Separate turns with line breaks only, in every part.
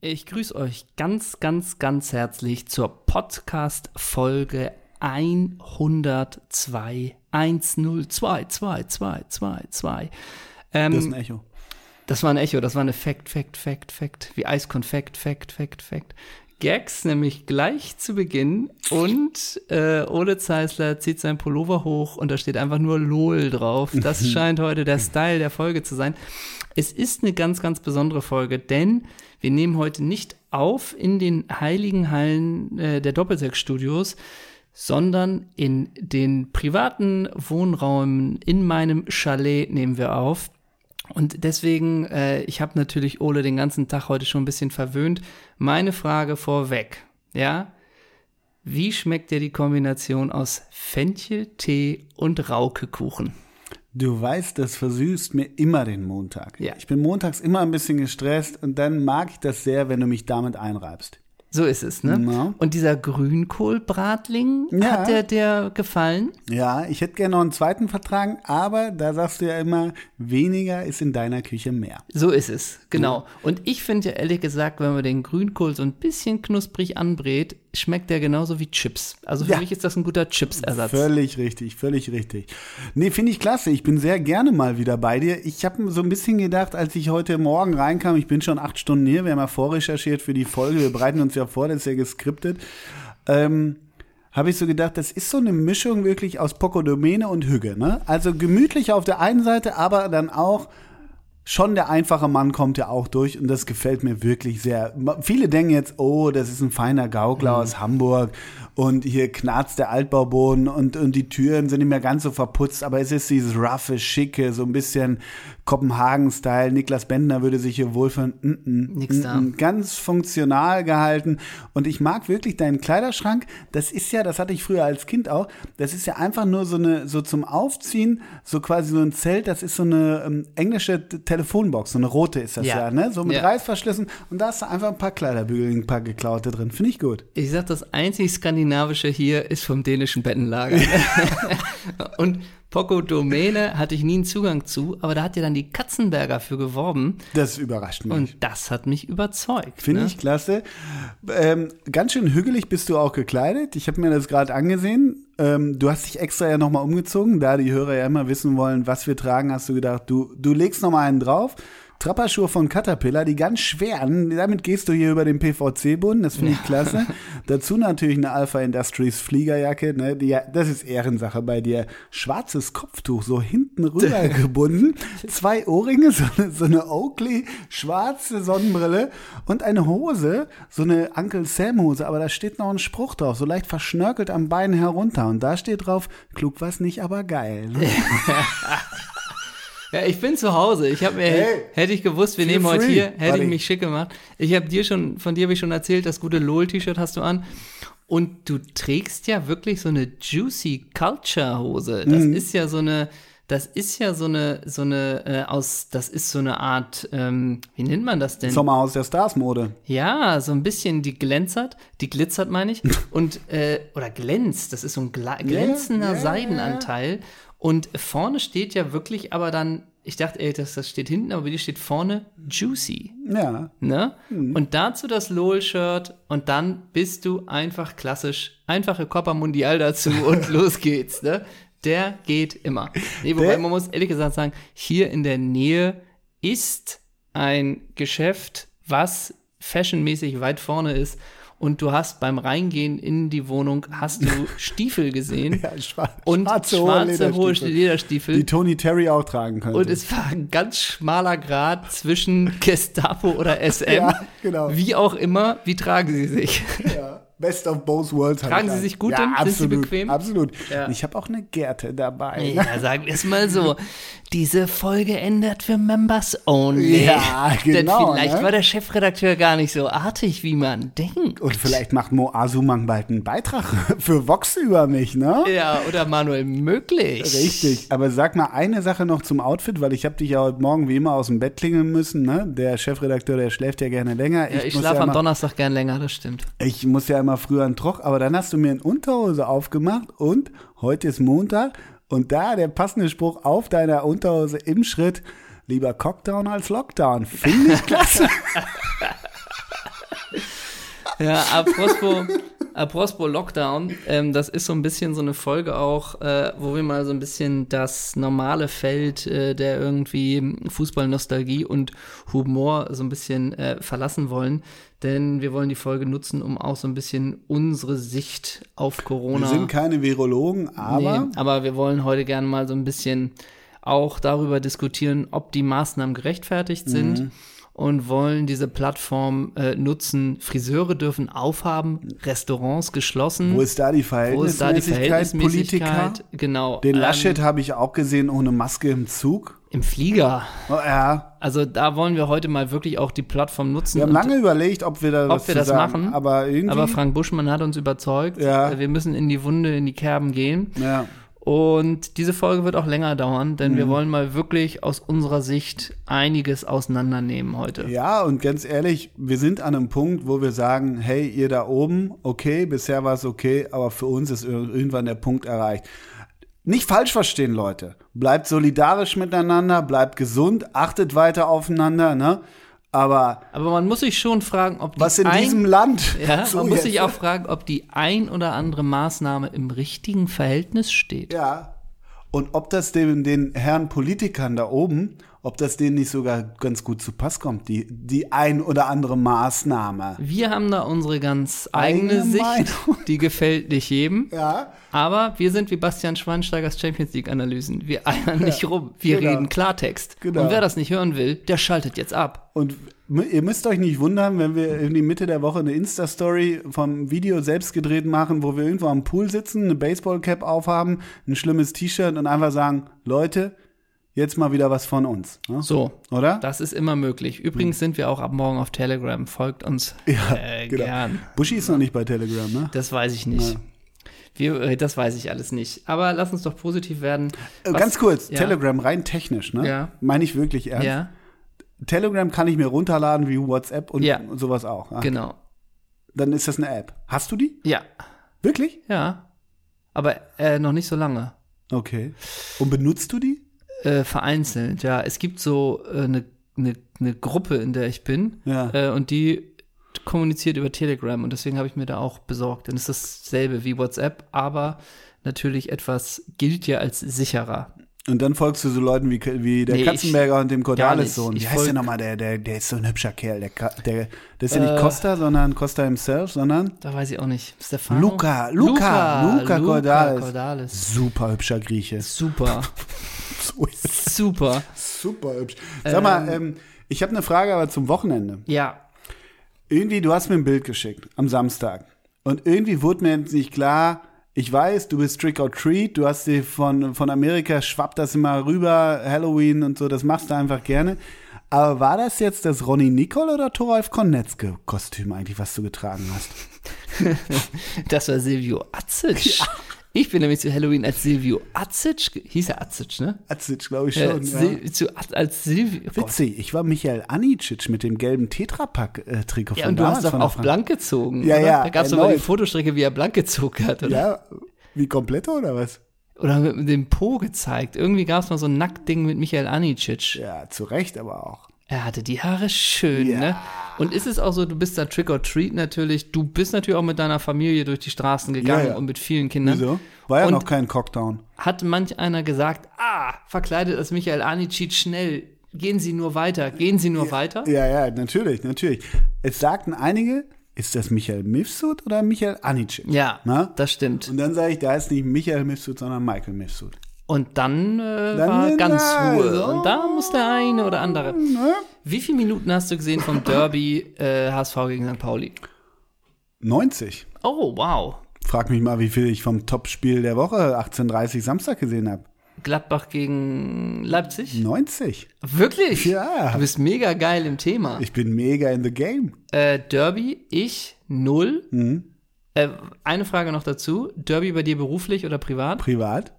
Ich grüße euch ganz, ganz, ganz herzlich zur Podcast-Folge 102 1022222. Ähm,
Das ist ein Echo.
das war ein Echo, das war eine Fact, Fact, Fact, Fact. Wie Eiskonfekt, Fact, Fact, Fact. Gags nämlich gleich zu Beginn und äh, Ole Zeisler zieht seinen Pullover hoch und da steht einfach nur LOL drauf. Das scheint heute der Style der Folge zu sein. Es ist eine ganz, ganz besondere Folge, denn wir nehmen heute nicht auf in den heiligen Hallen äh, der Doppelsex-Studios, sondern in den privaten Wohnräumen in meinem Chalet nehmen wir auf. Und deswegen, äh, ich habe natürlich Ole den ganzen Tag heute schon ein bisschen verwöhnt. Meine Frage vorweg, ja? Wie schmeckt dir die Kombination aus Fenchel, Tee und Raukekuchen?
Du weißt, das versüßt mir immer den Montag.
Ja.
Ich bin montags immer ein bisschen gestresst und dann mag ich das sehr, wenn du mich damit einreibst.
So ist es, ne?
Ja.
Und dieser Grünkohlbratling,
Ja.
hat der dir gefallen?
Ja, ich hätte gerne noch einen zweiten Vertrag, aber da sagst du ja immer, weniger ist in deiner Küche mehr.
So ist es, genau. Und ich finde ja ehrlich gesagt, wenn man den Grünkohl so ein bisschen knusprig anbrät, schmeckt der genauso wie Chips. Also für
Ja.
mich ist das ein guter Chipsersatz.
Völlig richtig, völlig richtig. Nee, finde ich klasse. Ich bin sehr gerne mal wieder bei dir. Ich habe so ein bisschen gedacht, als ich heute Morgen reinkam, ich bin schon acht Stunden hier, wir haben ja vorrecherchiert für die Folge, wir bereiten uns ja vor, das ist ja geskriptet. Ähm, habe ich so gedacht, das ist so eine Mischung wirklich aus Pocodomene und Hügge. Ne? Also gemütlich auf der einen Seite, aber dann auch schon der einfache Mann kommt ja auch durch und das gefällt mir wirklich sehr. Ma- Viele denken jetzt, oh, das ist ein feiner Gaukler
Mhm.
aus Hamburg und hier knarzt der Altbauboden und, und die Türen sind nicht mehr ganz so verputzt, aber es ist dieses roughe, schicke, so ein bisschen Kopenhagen-Style. Niklas Bendner würde sich hier wohlfühlen. Mm -mm,
Nix da.
Ganz funktional gehalten und ich mag wirklich deinen Kleiderschrank. Das ist ja, das hatte ich früher als Kind auch, das ist ja einfach nur so eine, so zum Aufziehen, so quasi so ein Zelt, das ist so eine ähm, englische T- Telefonbox, so eine rote ist das
Ja.
ja, ne? So mit
Ja.
Reißverschlüssen und da hast du einfach ein paar Kleiderbügel, ein paar geklaute drin. Finde ich gut.
Ich sag, das einzig Skandinavische hier ist vom dänischen Bettenlager. und Poco Domäne hatte ich nie einen Zugang zu, aber da hat ja dann die Katzenberger für geworben
Das überrascht mich.
und das hat mich überzeugt.
Finde
ne?
ich klasse. Ähm, ganz schön hügelig bist du auch gekleidet. Ich habe mir das gerade angesehen. Ähm, du hast dich extra ja nochmal umgezogen, da die Hörer ja immer wissen wollen, was wir tragen, hast du gedacht, du, du legst nochmal einen drauf. Trapperschuhe von Caterpillar, die ganz schweren, damit gehst du hier über den PVC-Boden, das finde ich klasse. Dazu natürlich eine Alpha Industries Fliegerjacke, ne? die, ja, das ist Ehrensache bei dir. Schwarzes Kopftuch, so hinten rüber gebunden, zwei Ohrringe, so eine, so eine Oakley, schwarze Sonnenbrille und eine Hose, so eine Uncle Sam Hose, aber da steht noch ein Spruch drauf, so leicht verschnörkelt am Bein herunter und da steht drauf, klug was nicht, aber geil. Ne?
Ja, ich bin zu Hause. Ich habe mir,
Hey,
hätte ich gewusst, wir
feel
nehmen heute
free,
hier, hätte
buddy.
ich mich schick gemacht. Ich habe dir schon, von dir habe ich schon erzählt, das gute LOL-T-Shirt hast du an. Und du trägst ja wirklich so eine Juicy Culture Hose. Das
Mhm.
ist ja so eine, das ist ja so eine, so eine, äh, aus, das ist so eine Art, ähm, wie nennt man das denn?
Sommerhaus der Stars Mode.
Ja, so ein bisschen, die glänzert, die glitzert meine ich, und, äh, oder glänzt, das ist so ein gla- glänzender
ja, ja,
Seidenanteil. Und vorne steht ja wirklich aber dann, ich dachte, ey, das, das steht hinten, aber bei dir steht vorne Juicy,
Ja.
ne?
Mhm.
Und dazu das LOL-Shirt und dann bist du einfach klassisch, einfache Copa Mundial dazu und los geht's, ne? Der geht immer. Nee, wobei
Der-
man muss ehrlich gesagt sagen, hier in der Nähe ist ein Geschäft, was fashionmäßig weit vorne ist. Und du hast beim Reingehen in die Wohnung, hast du Stiefel gesehen
Ja, schwar
und schwarze, hohe Lederstiefel.
die Tony Terry auch tragen könnte.
Und es war ein ganz schmaler Grad zwischen Gestapo oder SM.
Ja, genau.
Wie auch immer, wie tragen sie sich?
ja. Best of both worlds. hab
Tragen
ich
Sie
an.
sich gut
ja,
hin? Sind
Absolut,
Sie bequem?
Absolut.
Ja.
Und Ich habe auch eine Gerte dabei.
Ja, sagen wir es mal so. Diese Folge ändert für Members Only.
Ja,
Denn
genau,
vielleicht
ne?
war der Chefredakteur gar nicht so artig, wie man denkt.
Und vielleicht macht Mo Asumang bald einen Beitrag für Vox über mich, ne?
Ja, oder Manuel möglich.
Richtig, aber sag mal eine Sache noch zum Outfit, weil ich habe dich ja heute Morgen wie immer aus dem Bett klingeln müssen. Ne? Der Chefredakteur, der schläft ja gerne länger.
Ja, ich
muss
schlafe
ja
am
immer,
Donnerstag gern länger, das stimmt.
ich muss ja immer früher einen Trock, aber dann hast du mir eine Unterhose aufgemacht und heute ist Montag und da der passende Spruch auf deiner Unterhose im Schritt, lieber Cockdown als Lockdown, finde ich klasse.
Ja, apropos, apropos Lockdown, ähm, das ist so ein bisschen so eine Folge auch, äh, wo wir mal so ein bisschen das normale Feld äh, der irgendwie Fußballnostalgie und Humor so ein bisschen äh, verlassen wollen. Denn wir wollen die Folge nutzen, um auch so ein bisschen unsere Sicht auf
Wir
Corona.
sind keine Virologen, aber
Genau. nee, aber wir wollen heute gerne mal so ein bisschen auch darüber diskutieren, ob die Maßnahmen gerechtfertigt sind.
Mhm.
Und wollen diese Plattform äh, nutzen. Friseure dürfen aufhaben, Restaurants geschlossen.
wo ist da die
Wo ist da die
Verhältnismäßigkeit, Politiker?
Verhältnismäßigkeit? Genau.
Den
ähm,
Laschet habe ich auch gesehen ohne Maske im Zug.
Im Flieger.
Oh, ja,
Also da wollen wir heute mal wirklich auch die Plattform nutzen.
wir haben
und-
lange überlegt, ob wir da
ob
was
wir
zu
das
sagen,
machen,
aber irgendwie.
aber Frank Buschmann hat uns überzeugt. Äh,
Ja.
Wir müssen in die Wunde, in die Kerben gehen.
ja.
Und diese Folge wird auch länger dauern, denn
Mhm.
wir wollen mal wirklich aus unserer Sicht einiges auseinandernehmen heute.
Ja, und ganz ehrlich, wir sind an einem Punkt, wo wir sagen, hey, ihr da oben, okay, bisher war es okay, aber für uns ist ir- irgendwann der Punkt erreicht. Nicht falsch verstehen, Leute. Bleibt solidarisch miteinander, bleibt gesund, achtet weiter aufeinander, ne? Aber
Aber man muss sich schon fragen, ob die
was in
ein,
diesem Land?
ja,
So
man muss
jetzt.
sich auch fragen, ob die ein oder andere Maßnahme im richtigen Verhältnis steht.
Ja. Und ob das dem, den Herren Politikern da oben, ob das denen nicht sogar ganz gut zu Pass kommt, die, die ein oder andere Maßnahme.
Wir haben da unsere ganz eigene,
Eigene
Sicht,
Meinung.
die gefällt nicht jedem.
Ja.
Aber wir sind wie Bastian Schweinsteigers Champions League Analysen. Wir eiern nicht rum, wir
genau.
reden Klartext.
Genau.
Und wer das nicht hören will, der schaltet jetzt ab.
Und m- ihr müsst euch nicht wundern, wenn wir in die Mitte der Woche eine Insta-Story vom Video selbst gedreht machen, wo wir irgendwo am Pool sitzen, eine Baseball-Cap aufhaben, ein schlimmes T-Shirt und einfach sagen, Leute, jetzt mal wieder was von uns. Ne?
So,
Oder?
das ist immer möglich.
Hm.
Übrigens sind wir auch ab morgen auf Telegram. Folgt uns äh,
genau.
gern.
Buschi ist noch nicht bei Telegram, ne?
Das weiß ich nicht. Wir, äh, das weiß ich alles nicht. Aber lass uns doch positiv werden.
Äh,
Was-
Ganz kurz,
Ja.
Telegram rein technisch, ne?
Ja.
Meine ich wirklich ernst.
Ja,
Telegram kann ich mir runterladen wie WhatsApp und
Ja.
sowas auch. Ah,
genau.
Dann ist das eine App. Hast du die?
Ja,
Wirklich?
ja. Aber äh, noch nicht so lange.
Okay. Und benutzt du die?
Äh, vereinzelt, ja. Es gibt so äh, eine eine- eine Gruppe, in der ich bin.
Ja.
Äh, und die kommuniziert über Telegram und deswegen habe ich mir da auch besorgt. Dann ist dasselbe wie WhatsApp, aber natürlich etwas gilt ja als sicherer.
Und dann folgst du so Leuten wie, wie der
Nee,
Katzenberger und dem
gar nicht.
Cordalis-Sohn.
Ich
Wie heißt
folg-
der nochmal? Der, der, der ist so ein hübscher Kerl. Der, Ka- der, das ist ja
Äh.
nicht Costa, sondern Costa himself, sondern
Da weiß ich auch nicht. Stefano?
Luca, Luca, Luca Cordalis.
Cordalis.
super hübscher Grieche.
Super, super.
super hübsch. Sag mal, ähm, ich habe eine Frage aber zum Wochenende.
Ja,
Irgendwie, du hast mir ein Bild geschickt am Samstag. Und irgendwie wurde mir jetzt nicht klar, ich weiß, du bist Trick or Treat, du hast dir von, von Amerika, schwappt das immer rüber, Halloween und so, das machst du einfach gerne. Aber war das jetzt das Ronny Nicol oder Thoralf Konnetzke-Kostüm eigentlich, was du getragen hast?
das war Silvio Azic. Ich bin nämlich zu Halloween als Silvio Azic, ge- hieß er Azic, ne?
Atzitsch, glaube ich
Äh,
schon. ja.
Sil zu, Az- als Silvio. Oh
Witzig, ich war Michael Anicic mit dem gelben Tetrapack-Trikot von
Ja, und du hast
damals
doch
von der
auch
Fran-
blank gezogen.
Ja,
oder?
ja,
Da gab es doch mal die
erneut.
Fotostrecke, wie er blank gezogen hat, oder?
Ja, wie komplett oder was?
Oder mit dem Po gezeigt. Irgendwie gab es mal so ein Nacktding mit Michael Anicic.
Ja, zu Recht aber auch.
Er hatte die Haare schön,
Ja.
ne? Und ist es auch so, du bist da Trick or Treat natürlich. Du bist natürlich auch mit deiner Familie durch die Straßen gegangen
ja.
und mit vielen Kindern.
Wieso? War ja
Und-
noch kein Cockdown.
Hat manch einer gesagt, ah, verkleidet das Michael Anicic schnell. Gehen Sie nur weiter, gehen Sie nur weiter.
Ja, ja, natürlich, natürlich. Es sagten einige, ist das Michael Mifsud oder Michael Anicic?
Ja,
Na?
das stimmt.
Und dann sage ich, da ist nicht Michael Mifsud, sondern Michael Mifsud.
Und dann, äh,
Dann
war
sind
ganz
wir-
Ruhe.
so.
Und da muss der eine oder andere. Wie viele Minuten hast du gesehen vom Derby äh, HSV gegen St. Pauli?
90.
Oh, wow.
Frag mich mal, wie viel ich vom Topspiel der Woche 18.30 Samstag gesehen habe.
Gladbach gegen Leipzig?
90.
Wirklich?
Ja.
Du bist mega geil im Thema.
Ich bin mega in the game.
Äh, Derby, ich null.
Mhm.
Äh, eine Frage noch dazu. Derby bei dir beruflich oder privat?
Privat.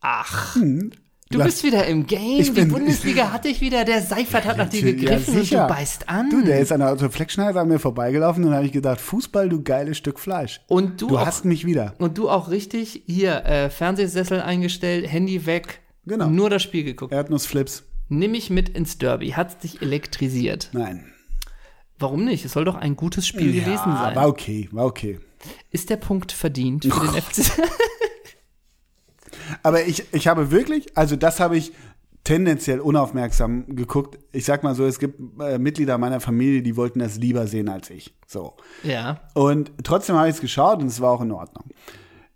Ach,
Hm.
du bist wieder im Game. Die
bin-
Bundesliga hatte ich wieder. Der Seifert hat nach dir
Natürlich, ja,
gegriffen und du
sicher.
beißt an.
Du, der ist an der Autofleckschneider an mir vorbeigelaufen und habe ich gedacht, Fußball, du geiles Stück Fleisch.
und du,
Du
auch,
hast mich wieder.
und du auch richtig hier äh, Fernsehsessel eingestellt, Handy weg.
Genau.
Nur das Spiel geguckt.
Erdnussflips.
Nimm mich mit ins Derby. Hat dich elektrisiert.
Nein.
Warum nicht? Es soll doch ein gutes Spiel
ja,
gewesen sein.
War okay, war okay.
Ist der Punkt verdient für den FC?
Aber ich, ich habe wirklich, also das habe ich tendenziell unaufmerksam geguckt. Ich sag mal so, es gibt äh, Mitglieder meiner Familie, die wollten das lieber sehen als ich. So.
ja.
Und trotzdem habe ich es geschaut und es war auch in Ordnung.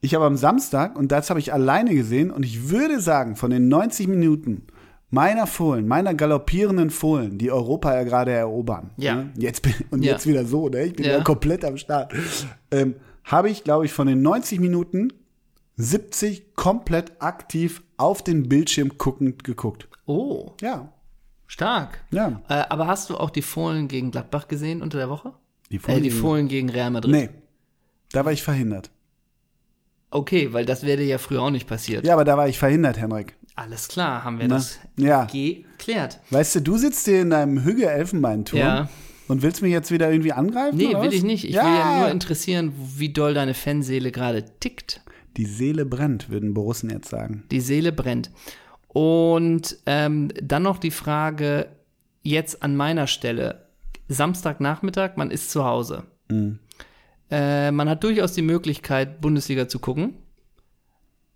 Ich habe am Samstag, und das habe ich alleine gesehen, und ich würde sagen, von den 90 Minuten meiner Fohlen, meiner galoppierenden Fohlen, die Europa ja gerade erobern.
Ja.
Ne? Jetzt bin, und
Ja.
jetzt wieder so, ne? Ich bin ja,
Ja.
komplett am Start. Ähm, habe ich, glaube ich, von den 90 Minuten 70 komplett aktiv auf den Bildschirm guckend geguckt.
Oh,
Ja,
stark.
ja.
Äh, aber hast du auch die Fohlen gegen Gladbach gesehen unter der Woche?
Die
Äh, die Fohlen gegen Real Madrid.
Nee, da war ich verhindert.
Okay, weil das wäre dir ja früher auch nicht passiert.
Ja, aber da war ich verhindert, Henrik.
Alles klar, haben wir
Ne?
das
Ja.
geklärt.
Weißt du, du sitzt hier in deinem Hügel-Elfenbeinturm
Ja.
und willst mich jetzt wieder irgendwie angreifen?
Nee,
oder
will
was?
ich nicht. Ich will ja nur interessieren, wie doll deine Fanseele gerade tickt.
Die Seele brennt, würden Borussen jetzt sagen.
Die Seele brennt. Und ähm, dann noch die Frage jetzt an meiner Stelle. Samstagnachmittag, man ist zu Hause.
Mhm.
Äh, man hat durchaus die Möglichkeit, Bundesliga zu gucken.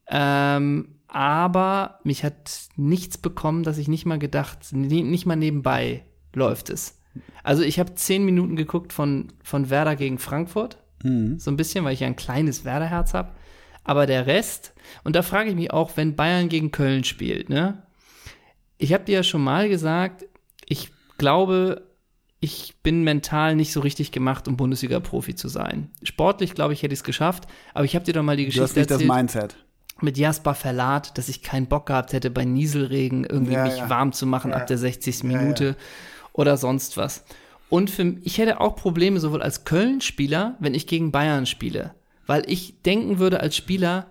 Ähm, aber mich hat nichts bekommen, dass ich nicht mal gedacht, nie- nicht mal nebenbei läuft es. Also ich habe zehn Minuten geguckt von, von Werder gegen Frankfurt.
Mhm.
So ein bisschen, weil ich ja ein kleines Werderherz habe. Aber der Rest, und da frage ich mich auch, wenn Bayern gegen Köln spielt, ne? Ich habe dir ja schon mal gesagt, ich glaube, ich bin mental nicht so richtig gemacht, um Bundesliga-Profi zu sein. Sportlich, glaube ich, hätte ich es geschafft, aber ich habe dir doch mal die
Du
Geschichte
hast nicht das
erzählt
Mindset.
mit Jasper Verlat, dass ich keinen Bock gehabt hätte, bei Nieselregen irgendwie
Ja,
mich
ja.
warm zu machen ab der 60. Minute oder sonst was. Und für, ich hätte auch Probleme sowohl als Köln-Spieler, wenn ich gegen Bayern spiele, weil ich denken würde als Spieler,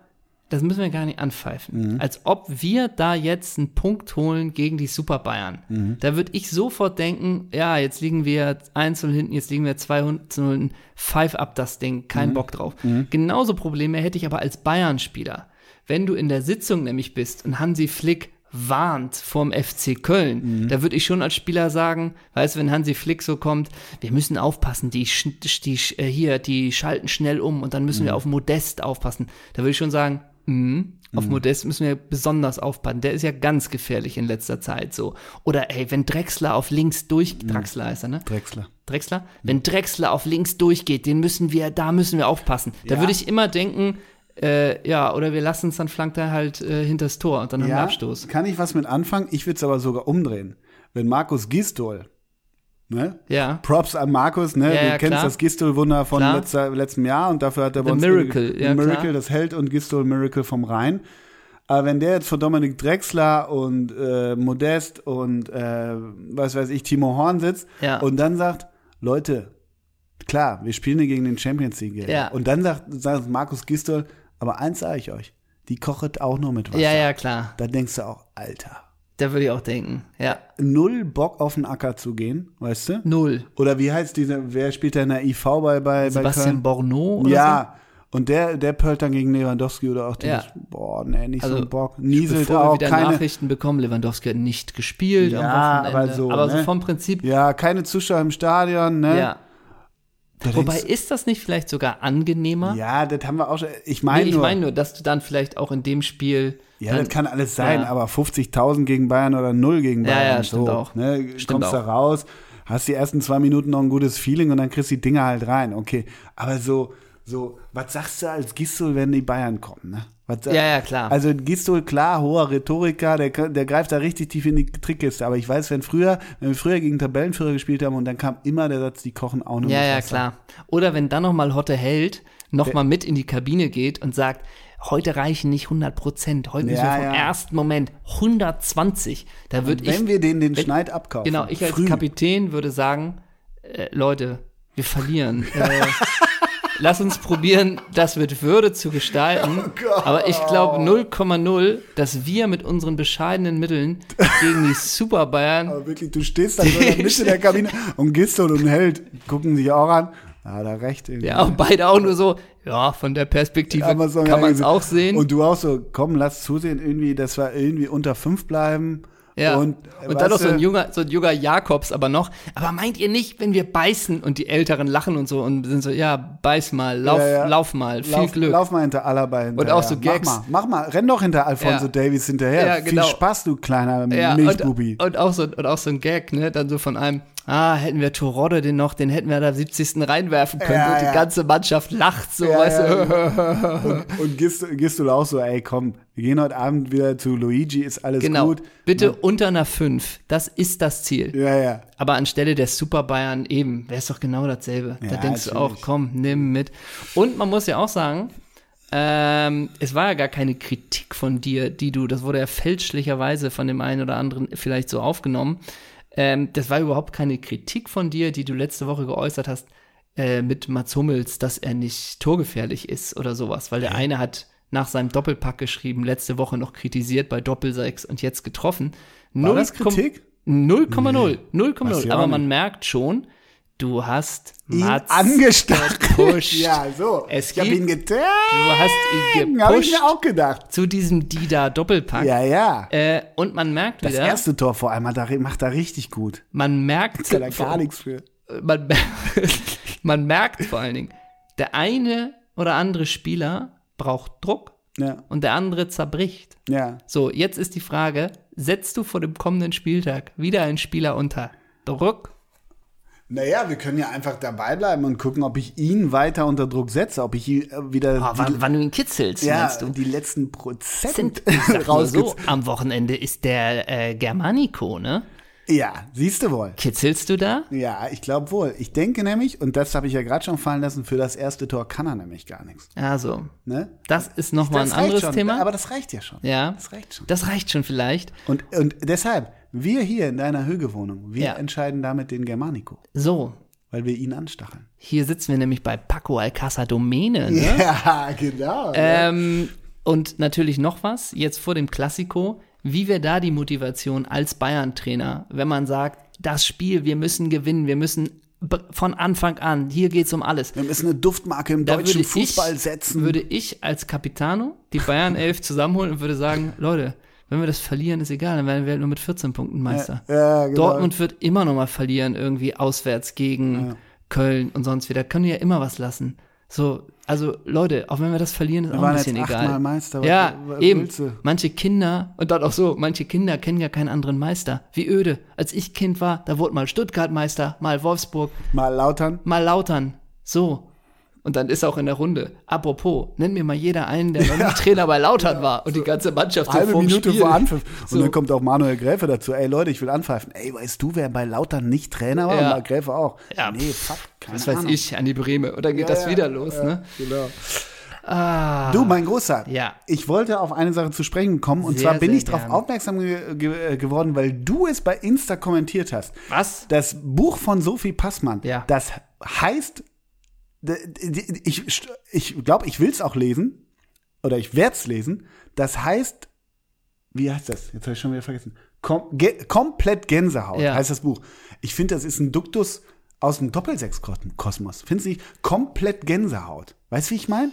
das müssen wir gar nicht anpfeifen.
Mhm.
Als ob wir da jetzt einen Punkt holen gegen die Super Bayern.
Mhm.
Da würde ich sofort denken, ja, jetzt liegen wir 1 zu 0 hinten, jetzt liegen wir 2 zu 0 hinten, pfeif ab das Ding,
Mhm.
kein Bock drauf. Genauso Probleme hätte ich aber als Bayern-Spieler. Wenn du in der Sitzung nämlich bist und Hansi Flick warnt vorm FC Köln, da würde ich schon als Spieler sagen, weißt du, wenn Hansi Flick so kommt, wir müssen aufpassen, die, sch- die sch- äh, hier, die schalten schnell um und dann müssen wir auf Modest aufpassen. Da würde ich schon sagen, mhm, auf Modest müssen wir besonders aufpassen. Der ist ja ganz gefährlich in letzter Zeit so. Oder ey, wenn Drexler auf links durch, Drexler heißt er, ne?
Drexler. Hm.
Drexler? Wenn Drexler auf links durchgeht, den müssen wir, da müssen wir aufpassen. Da
Ja.
würde ich immer denken, äh, ja, oder wir lassen es, dann flankt er halt äh, hinters Tor und dann haben wir Abstoß.
kann ich was mit anfangen? Ich würde es aber sogar umdrehen. Wenn Markus Gistol, ne?
Ja.
Props an Markus, ne?
Ja,
du
ja,
kennst
klar.
das Gistol-Wunder von
Klar.
letzter, letztem Jahr und dafür hat er bei
The
uns
Miracle,
The
ja,
Miracle,
klar.
das Held und Gistol-Miracle vom Rhein. Aber wenn der jetzt von Dominik Drexler und äh, Modest und äh, was weiß ich, Timo Horn sitzt
Ja.
und dann sagt, Leute, klar, wir spielen hier gegen den Champions League.
Ja.
Und dann sagt, sagt Markus Gistol, aber eins sage ich euch, die kochet auch nur mit Wasser.
Ja, ja, klar.
Da denkst du auch, Alter,
Da würde ich auch denken. Ja.
null Bock auf den Acker zu gehen, weißt du?
Null.
Oder wie heißt diese, wer spielt da in der IV bei, bei, bei
Sebastian
Köln?
Borneau oder
ja. Und der, der pölt dann gegen Lewandowski oder auch dieses,
Ja.
boah, nee, nicht so
Also,
einen Bock.
so?
Nieselt
Bevor wir
auch,
wieder
keine,
Nachrichten bekommen, Lewandowski hat nicht gespielt
Ja,
am Wochenende.
aber so,
aber so
ne?
vom Prinzip,
ja, keine Zuschauer im Stadion, ne?
ja.
Da denkst
Wobei,
du,
ist das nicht vielleicht sogar angenehmer?
ja, das haben wir auch schon, ich
nee,
meine
ich
nur,
meine nur, dass du dann vielleicht auch in dem Spiel
ja, das kann alles sein,
ja.
aber 50.000 gegen Bayern oder null gegen
Ja,
Bayern,
ja, stimmt
so,
auch.
ne?
Stimmt
Kommst da raus, hast die ersten zwei Minuten noch ein gutes Feeling und dann kriegst die Dinger halt rein, okay. Aber so, so, was sagst du als Gistol, wenn die Bayern kommen, ne? Was, sag-
Ja, ja, klar.
Also Gistol, klar, hoher Rhetoriker, der, kann- der greift da richtig tief in die Trickkiste. Aber ich weiß, wenn früher, wenn wir früher gegen Tabellenführer gespielt haben und dann kam immer der Satz, die kochen auch nur
Ja,
mit
ja,
Wasser.
klar. Oder wenn dann nochmal Hotte Held nochmal mit in die Kabine geht und sagt, heute reichen nicht 100 Prozent, heute müssen
Ja,
wir vom
ja.
ersten Moment 120. Da würde ich,
Wenn wir denen den Schneid abkaufen.
genau, ich als
früh.
Kapitän würde sagen, äh, Leute, wir verlieren. äh, lass uns probieren, das mit Würde zu
Oh
gestalten. Aber ich glaube 0,0, dass wir mit unseren bescheidenen Mitteln gegen die Super Bayern
Aber wirklich, du stehst da so in der Mitte der Kabine und Gistol und Held gucken sich auch an. Ah, da recht. irgendwie.
Ja, und beide auch nur so, ja, von der Perspektive
Aber so-
kann man es auch sehen.
Und du auch so, komm, lass zusehen, irgendwie, dass wir irgendwie unter fünf bleiben.
Ja.
Und,
Und,
äh,
dann noch
weißt
so ein
du-
junger, so ein junger Jakobs, aber noch. Aber meint ihr nicht, wenn wir beißen und die Älteren lachen und so und sind so, ja, beiß mal, lauf,
Ja, ja.
lauf mal, viel
lauf,
Glück.
lauf mal hinter Alaba hinterher.
auch so Gags.
Mach mal, mach mal, renn doch hinter Alfonso
Ja.
Davies hinterher.
Ja, genau.
Viel Spaß, du kleiner
ja,
Milchbubi.
und, und, auch so, und auch so ein Gag, ne? Dann so von einem, ah, hätten wir Torodde den noch, den hätten wir da 70. reinwerfen können.
Ja,
und die
ja.
ganze Mannschaft lacht so,
Ja,
weißt
ja, genau.
du.
Und, gehst, gehst du auch so, ey, komm, wir gehen heute Abend wieder zu Luigi, ist alles
Genau.
gut.
Bitte unter einer 5. Das ist das Ziel.
Ja, ja.
Aber anstelle der Super Bayern eben, wäre es doch genau dasselbe. da
Ja,
denkst du auch,
natürlich.
komm, nimm mit. Und man muss ja auch sagen, ähm, es war ja gar keine Kritik von dir, die du, das wurde ja fälschlicherweise von dem einen oder anderen vielleicht so aufgenommen. Ähm, das war überhaupt keine Kritik von dir, die du letzte Woche geäußert hast äh, mit Mats Hummels, dass er nicht torgefährlich ist oder sowas, weil der eine hat nach seinem Doppelpack geschrieben, letzte Woche noch kritisiert bei Doppelsechs und jetzt getroffen.
War das Kritik?
0,0. 0,0.
Weiß ich
Aber
auch
man merkt schon, du hast
Ihn
Mats,
angestachelt.
gepusht.
Ja, so.
Es
ich hab
gibt-
ihn getan.
du hast ihn
Hab ich
gepusht
mir auch gedacht.
zu diesem Dida-Doppelpack.
Ja, ja.
Äh, und man merkt
Das
wieder,
erste Tor vor allem hat er, macht er richtig gut.
man merkt,
Kann er gar nichts für.
man, man merkt vor allen Dingen, der eine oder andere Spieler braucht Druck
Ja,
und der andere zerbricht.
ja.
So, jetzt ist die Frage, setzt du vor dem kommenden Spieltag wieder einen Spieler unter Druck
Naja, wir können ja einfach dabei bleiben und gucken, ob ich ihn weiter unter Druck setze, ob ich ihn äh, wieder
Oh, wann,
die,
wann du ihn kitzelst,
ja,
meinst du?
die letzten Prozent
Sind, ich sag mal
rausgezogen.
so, am Wochenende ist der äh, Germanico, ne?
Ja, siehst du wohl.
Kitzelst du da?
Ja, ich glaube wohl. Ich denke nämlich, und das habe ich ja gerade schon fallen lassen, für das erste Tor kann er nämlich gar nichts.
Also,
Ne?
das ist nochmal ein
Das reicht
anderes
schon,
Thema.
Aber das reicht ja schon.
ja,
Das reicht schon.
das reicht schon vielleicht.
Und, und deshalb, wir hier in deiner Hügewohnung, wir
Ja.
entscheiden damit den Germanico,
So,
weil wir ihn anstacheln.
hier sitzen wir nämlich bei Paco Alcázar Domene, ne?
Ja, genau.
Ähm, und natürlich noch was, jetzt vor dem Klassiko, wie wäre da die Motivation als Bayern-Trainer, wenn man sagt, das Spiel, wir müssen gewinnen, wir müssen be- von Anfang an, hier geht's um alles.
wir müssen eine Duftmarke im
Da
deutschen
würde
Fußball
ich,
setzen.
Würde ich als Capitano die Bayern 11 zusammenholen und würde sagen, Leute, wenn wir das verlieren, ist egal, dann werden wir halt nur mit 14 Punkten Meister.
ja, genau.
Dortmund wird immer noch mal verlieren, irgendwie auswärts gegen Köln und sonst wieder. Können die ja immer was lassen. So, also Leute, auch wenn wir das verlieren, ist auch ein
waren
bisschen
jetzt
egal.
achtmal Meister, was-
ja,
was
eben.
willst du?
Manche Kinder, und dann auch so, manche Kinder kennen ja keinen anderen Meister. Wie öde. Als ich Kind war, da wurde mal Stuttgart Meister, mal Wolfsburg,
Mal lautern.
mal lautern. So. Und dann ist auch in der Runde. Apropos, nenn mir mal jeder einen, der noch nicht Trainer bei Lautern war und die ganze Mannschaft so
halbe
vorm
Minute
Spiel.
vor Anpfiff. Und
So.
dann kommt auch Manuel Gräfe dazu. Ey Leute, ich will anpfeifen. Ey, weißt du, wer bei Lautern nicht Trainer war?
Ja.
Und bei Gräfe auch.
Ja,
nee,
pff,
fuck, keine
Was weiß
Ahnung.
ich, an die Breme. Und dann geht das
ja,
wieder los, ne? Ah,
Genau. Du, mein Großer,
Ja.
ich wollte auf eine Sache zu sprechen kommen. Und
Sehr,
zwar bin
sehr
ich darauf
gern.
aufmerksam ge ge äh, geworden, weil du es bei Insta kommentiert hast.
Was?
Das Buch von Sophie Passmann,
Ja.
das heißt, d- d- ich, ich glaube, ich will es auch lesen oder ich werde es lesen. Das heißt, wie heißt das? Jetzt habe ich schon wieder vergessen. Kom ge komplett Gänsehaut
Ja.
heißt das Buch. Ich finde, das ist ein Duktus aus dem Doppelsechskosmos. Findest du nicht? Komplett Gänsehaut. Weißt du, wie ich meine?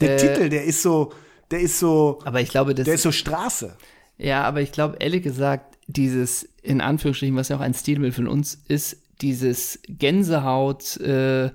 Der
Äh.
Titel, der ist so, der ist so,
Aber ich glaube,
der ist
das.
so Straße.
Ja, aber ich glaube, ehrlich gesagt, dieses, in Anführungsstrichen, was ja auch ein Stilmittel von uns ist, dieses Gänsehaut, äh,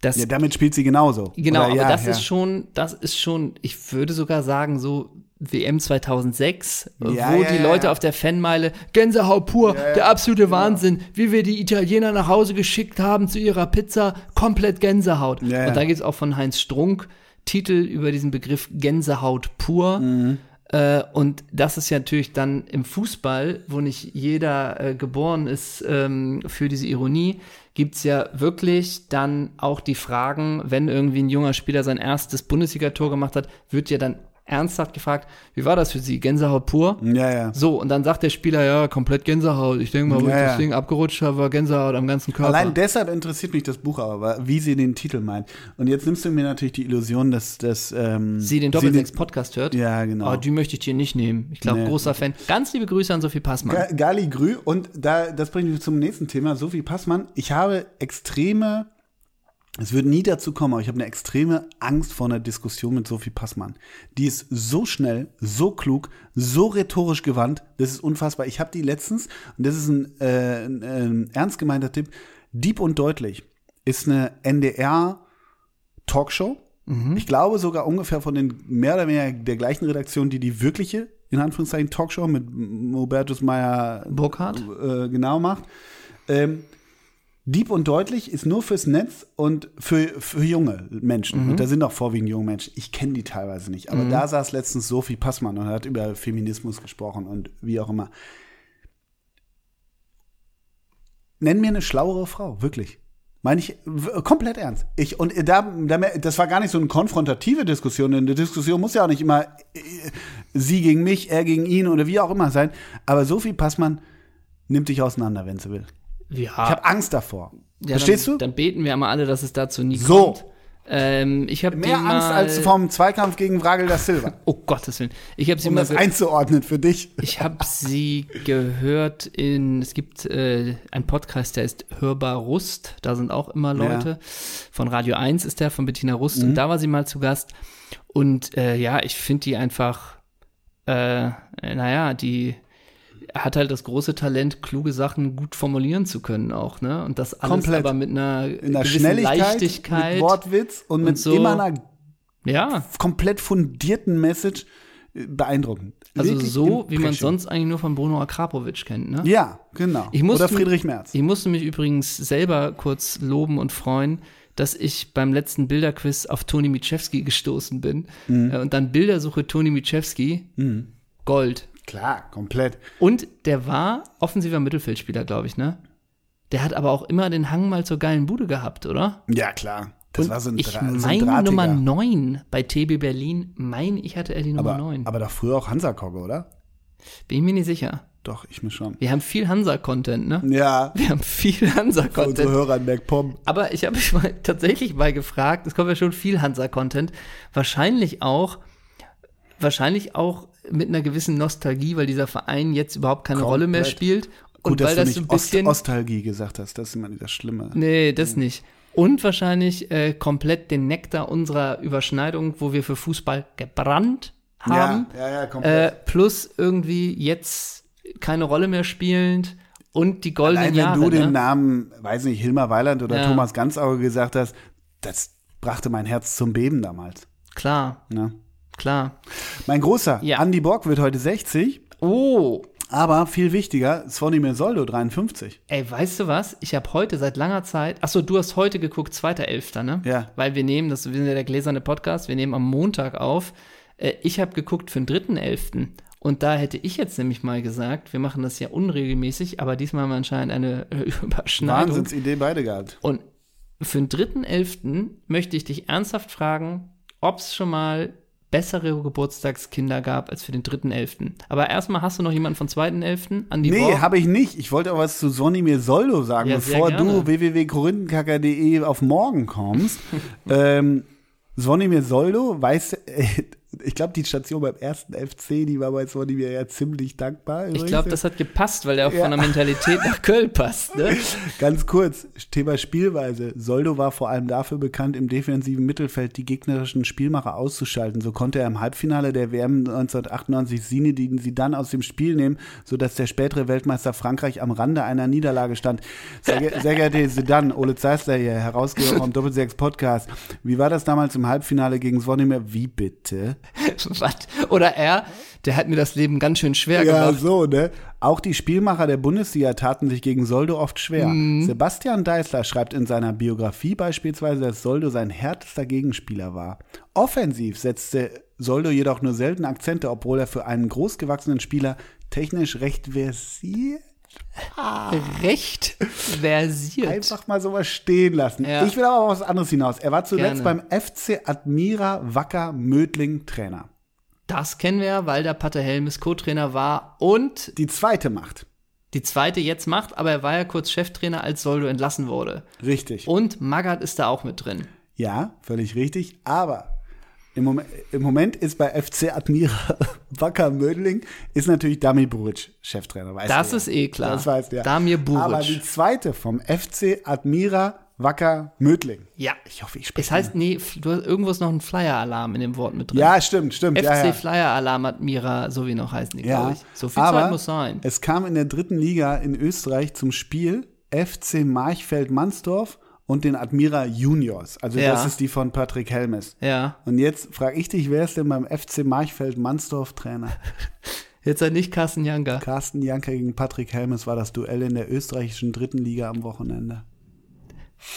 das
Ja, damit spielt sie genauso.
Genau,
Oder
aber
ja,
das
ja.
ist schon, das ist schon, ich würde sogar sagen, so WM 2006,
Ja,
wo
ja,
die
ja,
Leute
ja.
auf der Fanmeile Gänsehaut pur, der absolute
genau.
Wahnsinn, wie wir die Italiener nach Hause geschickt haben zu ihrer Pizza, komplett Gänsehaut.
Ja, ja.
Und da gibt es auch von Heinz Strunk Titel über diesen Begriff Gänsehaut pur.
Mhm.
Äh, und das ist ja natürlich dann im Fußball, wo nicht jeder äh, geboren ist ähm, für diese Ironie, gibt's ja wirklich dann auch die Fragen, wenn irgendwie ein junger Spieler sein erstes Bundesliga-Tor gemacht hat, wird ja dann ernsthaft gefragt, wie war das für Sie? Gänsehaut pur?
Ja, ja.
So, und dann sagt der Spieler, ja, komplett Gänsehaut. Ich denke mal, wo
Ja,
ich das
ja.
Ding abgerutscht habe, war Gänsehaut am ganzen Körper.
Allein deshalb interessiert mich das Buch aber, weil- wie sie den Titel meint. Und jetzt nimmst du mir natürlich die Illusion, dass das ähm,
Sie den Oh, Doppelsechs-Podcast hört.
Ja, genau.
Aber die möchte ich dir nicht nehmen. Ich glaube,
Nee.
großer Fan. Ganz liebe Grüße an Sophie Passmann.
Ga- Gali Grü und da das bringt mich zum nächsten Thema. Sophie Passmann, ich habe extreme Es wird nie dazu kommen, aber ich habe eine extreme Angst vor einer Diskussion mit Sophie Passmann. Die ist so schnell, so klug, so rhetorisch gewandt, das ist unfassbar. Ich habe die letztens, und das ist ein, äh, ein, ein ernst gemeinter Tipp, Dieb und Deutlich ist eine NDR-Talkshow. Ich glaube sogar ungefähr von den mehr oder weniger der gleichen Redaktion, die die wirkliche, in Anführungszeichen, Talkshow mit Robertus Meyer
Burkhardt?
äh, genau macht. Ähm, Deep und deutlich ist nur fürs Netz und für, für junge Menschen. Und da sind auch vorwiegend junge Menschen. Ich kenne die teilweise nicht. Aber da saß letztens Sophie Passmann und hat über Feminismus gesprochen und wie auch immer. Nenn mir eine schlauere Frau, wirklich. Meine ich w- komplett ernst. Ich, und da, da, das war gar nicht so eine konfrontative Diskussion. Denn eine Diskussion muss ja auch nicht immer äh, sie gegen mich, er gegen ihn oder wie auch immer sein. Aber Sophie Passmann nimmt dich auseinander, wenn sie will.
Ja.
Ich habe Angst davor.
Ah. Ja,
Verstehst
dann,
du?
Dann beten wir mal alle, dass es dazu nie
So.
kommt. Ähm, ich habe
Mehr
mal,
Angst als vom Zweikampf gegen Vragel das Silber.
Oh Gottes Willen. Ich habe sie
Um
mal
das
ge
einzuordnen für dich.
ich habe sie gehört in es gibt äh, einen Podcast, der ist Hörbar Rust, da sind auch immer Leute von Radio 1 ist der von Bettina Rust
Mhm.
und da war sie mal zu Gast und äh, ja, ich finde die einfach äh, naja, die hat halt das große Talent, kluge Sachen gut formulieren zu können auch, ne? Und das alles
Komplett.
aber mit einer, in
In der Schnelligkeit,
Leichtigkeit.
mit Wortwitz und, mit
so.
immer einer
ja.
komplett fundierten Message äh, beeindruckend.
Also
Wirklich
so, wie man
impression.
sonst eigentlich nur von Bruno Akrapovic kennt, ne?
Ja, genau.
Ich musste-
Oder Friedrich Merz.
Ich musste mich übrigens selber kurz loben und freuen, dass ich beim letzten Bilderquiz auf Toni Michewski gestoßen bin.
Mhm.
Äh, Und dann Bildersuche Toni Michewski, Gold.
Klar, komplett.
Und der war offensiver Mittelfeldspieler, glaube ich, ne? Der hat aber auch immer den Hang mal zur geilen Bude gehabt, oder?
Ja, klar. Das war so ein,
ich
Dra so ein
meine
Drahtiger.
Nummer 9 bei TB Berlin. Mein, ich hatte er die Nummer
aber,
9.
aber doch früher auch Hansa-Kogge, oder?
Bin ich mir nicht sicher.
Doch, ich mir schon.
Wir haben viel Hansa-Content, ne?
Ja,
Wir haben viel
für unsere
Hansa-Content.
Hörer in Bergpom.
Aber ich habe mich mal, tatsächlich mal gefragt, es kommt ja schon viel Hansa-Content, wahrscheinlich auch, wahrscheinlich auch mit einer gewissen Nostalgie, weil dieser Verein jetzt überhaupt keine
Komplett.
Rolle mehr spielt. Und
Gut,
weil
dass
das so ein
du nicht Ost Hm.
bisschen.
Ostalgie gesagt hast. Das ist immer das Schlimme.
nee, das nicht. Und wahrscheinlich äh, komplett den Nektar unserer Überschneidung, wo wir für Fußball gebrannt haben.
Ja, ja, ja,
Äh,
komplett.
plus irgendwie jetzt keine Rolle mehr spielend und die goldenen
Allein wenn
Jahre.
du den
ne?
Namen, weiß nicht, Hilmar Weiland oder
Ja.
Thomas Ganzauge gesagt hast, das brachte mein Herz zum Beben damals.
Klar,
Ne?
klar.
Mein großer,
Ja.
Andy Borg wird heute 60,
Oh,
aber viel wichtiger, Svonimir Soldo 53.
Ey, weißt du was? Ich habe heute seit langer Zeit, achso, du hast heute geguckt, 2.11., ne?
Ja.
Weil wir nehmen, das, wir sind ja der gläserne Podcast, wir nehmen am Montag auf. Äh, Ich habe geguckt für den 3.11. Und da hätte ich jetzt nämlich mal gesagt, wir machen das ja unregelmäßig, aber diesmal haben wir anscheinend eine äh, Überschneidung.
Wahnsinnsidee beide gehabt.
Und für den 3.11. möchte ich dich ernsthaft fragen, ob es schon mal bessere Geburtstagskinder gab als für den 3.11. Aber erstmal hast du noch jemanden von 2.11. an die
Nee,
Borg?
habe ich nicht. Ich wollte auch was zu Svonimir Soldo sagen,
Ja,
bevor
sehr gerne.
du www.korinthenkacker.de auf morgen kommst. ähm, Svonimir Soldo weiß, ich glaube, die Station beim ersten FC, die war bei Svonimir ja ziemlich dankbar.
Ich
übrigens.
glaube, das hat gepasst, weil er auch von der Mentalität nach Köln passt. Ne?
Ganz kurz, Thema Spielweise. Soldo war vor allem dafür bekannt, im defensiven Mittelfeld die gegnerischen Spielmacher auszuschalten. So konnte er im Halbfinale der WM 1998 Sinedin sie dann aus dem Spiel nehmen, sodass der spätere Weltmeister Frankreich am Rande einer Niederlage stand. Sehr, ge- sehr geehrte Sedan, Ole Zeissler hier, Herausgeber vom Doppelsechs Podcast. Wie war das damals im Halbfinale gegen Svonimir? Wie bitte?
Was? Oder er, der hat mir das Leben ganz schön schwer
Ja,
gemacht.
so, ne? Auch die Spielmacher der Bundesliga taten sich gegen Soldo oft schwer.
Mhm.
Sebastian Deißler schreibt in seiner Biografie beispielsweise, dass Soldo sein härtester Gegenspieler war. Offensiv setzte Soldo jedoch nur selten Akzente, obwohl er für einen großgewachsenen Spieler technisch recht versiert
Recht versiert.
einfach mal sowas stehen lassen.
Ja.
Ich will aber auf was anderes hinaus. Er war zuletzt
Gerne.
beim FC Admira Wacker Mödling Trainer.
Das kennen wir ja, weil der Pater Helmes Co-Trainer war und
Die zweite Macht.
die zweite jetzt macht, aber er war ja kurz Cheftrainer, als Soldo entlassen wurde.
Richtig.
Und Magath ist da auch mit drin.
Ja, völlig richtig. Aber im, Mom im Moment ist bei FC Admira Wacker Mödling ist natürlich Dami Buric Cheftrainer. Weißt
Das
du ja.
ist eh klar.
Das weißt du ja.
Damir
Aber die
Buric.
zweite vom FC Admira Wacker, Mödling.
Ja.
Ich hoffe, ich
Es
spreche.
heißt, nee, f- du hast, irgendwo ist noch ein Flyer-Alarm in dem Wort mit drin.
Ja, stimmt, stimmt.
FC
ja, ja.
Flyer-Alarm hat Mira, so wie noch heißen die,
Ja,
glaube ich. So viel
aber
Zeit muss sein.
Es kam in der dritten Liga in Österreich zum Spiel FC Marchfeld-Mansdorf und den Admira Juniors. Also
Ja.
das ist die von Patrick Helmes.
Ja.
Und jetzt frage ich dich, wer ist denn beim FC Marchfeld-Mansdorf Trainer?
Jetzt sei nicht Carsten Janka.
Carsten Janker gegen Patrick Helmes war das Duell in der österreichischen dritten Liga am Wochenende.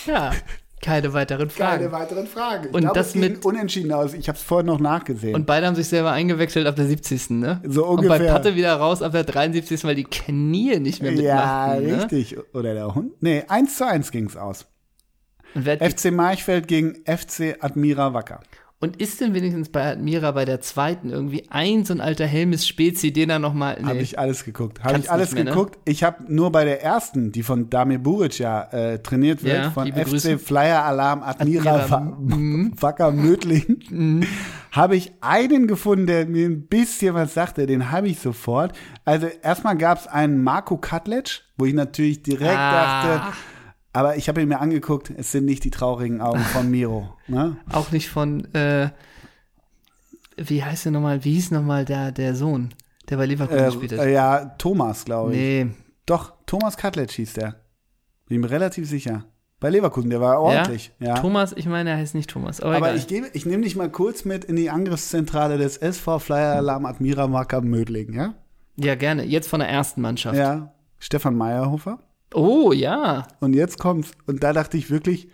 Ja. Keine weiteren Fragen.
Keine weiteren Fragen. Ich
Und
glaube,
das
es ging
mit-
unentschieden aus. Ich habe es vorhin noch nachgesehen.
Und beide haben sich selber eingewechselt ab der 70. Ne?
So
Und bei
ungefähr.
Patte wieder raus ab der 73. weil die Knie nicht mehr
ja,
mitmachten. Ne?
richtig. Oder der Hund? Nee, 1 zu 1 ging es aus.
Und, wer hat die,
FC Marchfeld gegen FC Admira Wacker.
und ist denn wenigstens bei Admira bei der zweiten irgendwie ein so ein alter Helmes Spezi, den er nochmal.
Habe
Nee.
ich alles geguckt. Habe
Kannst
ich alles
nicht mehr, ne?
geguckt. Ich habe nur bei der ersten, die von Damir Buric ja äh, trainiert wird,
Ja,
von
liebe
FC
Grüße.
Flyer Alarm Admira,
Admira, mhm.
Wa- Wacker Mödling, habe ich einen gefunden, der mir ein bisschen was sagte. Den habe ich sofort. Also erstmal gab es einen Marco Katlec, wo ich natürlich direkt
Ah.
dachte, aber ich habe ihn mir angeguckt, es sind nicht die traurigen Augen von Miro. Ne?
Auch nicht von. Äh, wie heißt der nochmal? Wie hieß nochmal der, der Sohn, der bei Leverkusen
Äh,
gespielt hat?
äh, ja, Thomas, glaube ich.
nee.
Doch, Thomas Katlec hieß der. Bin mir relativ sicher. Bei Leverkusen, der war ordentlich. Ja.
Thomas, ich meine, er heißt nicht Thomas. Aber,
Aber
egal.
ich, gebe, ich nehme dich mal kurz mit in die Angriffszentrale des SV Flyer Alarm Admira Marker Mödling, ja?
ja, gerne. Jetzt von der ersten Mannschaft.
Ja. Stefan Meyerhofer.
Oh, ja.
Und jetzt kommt's. Und da dachte ich wirklich,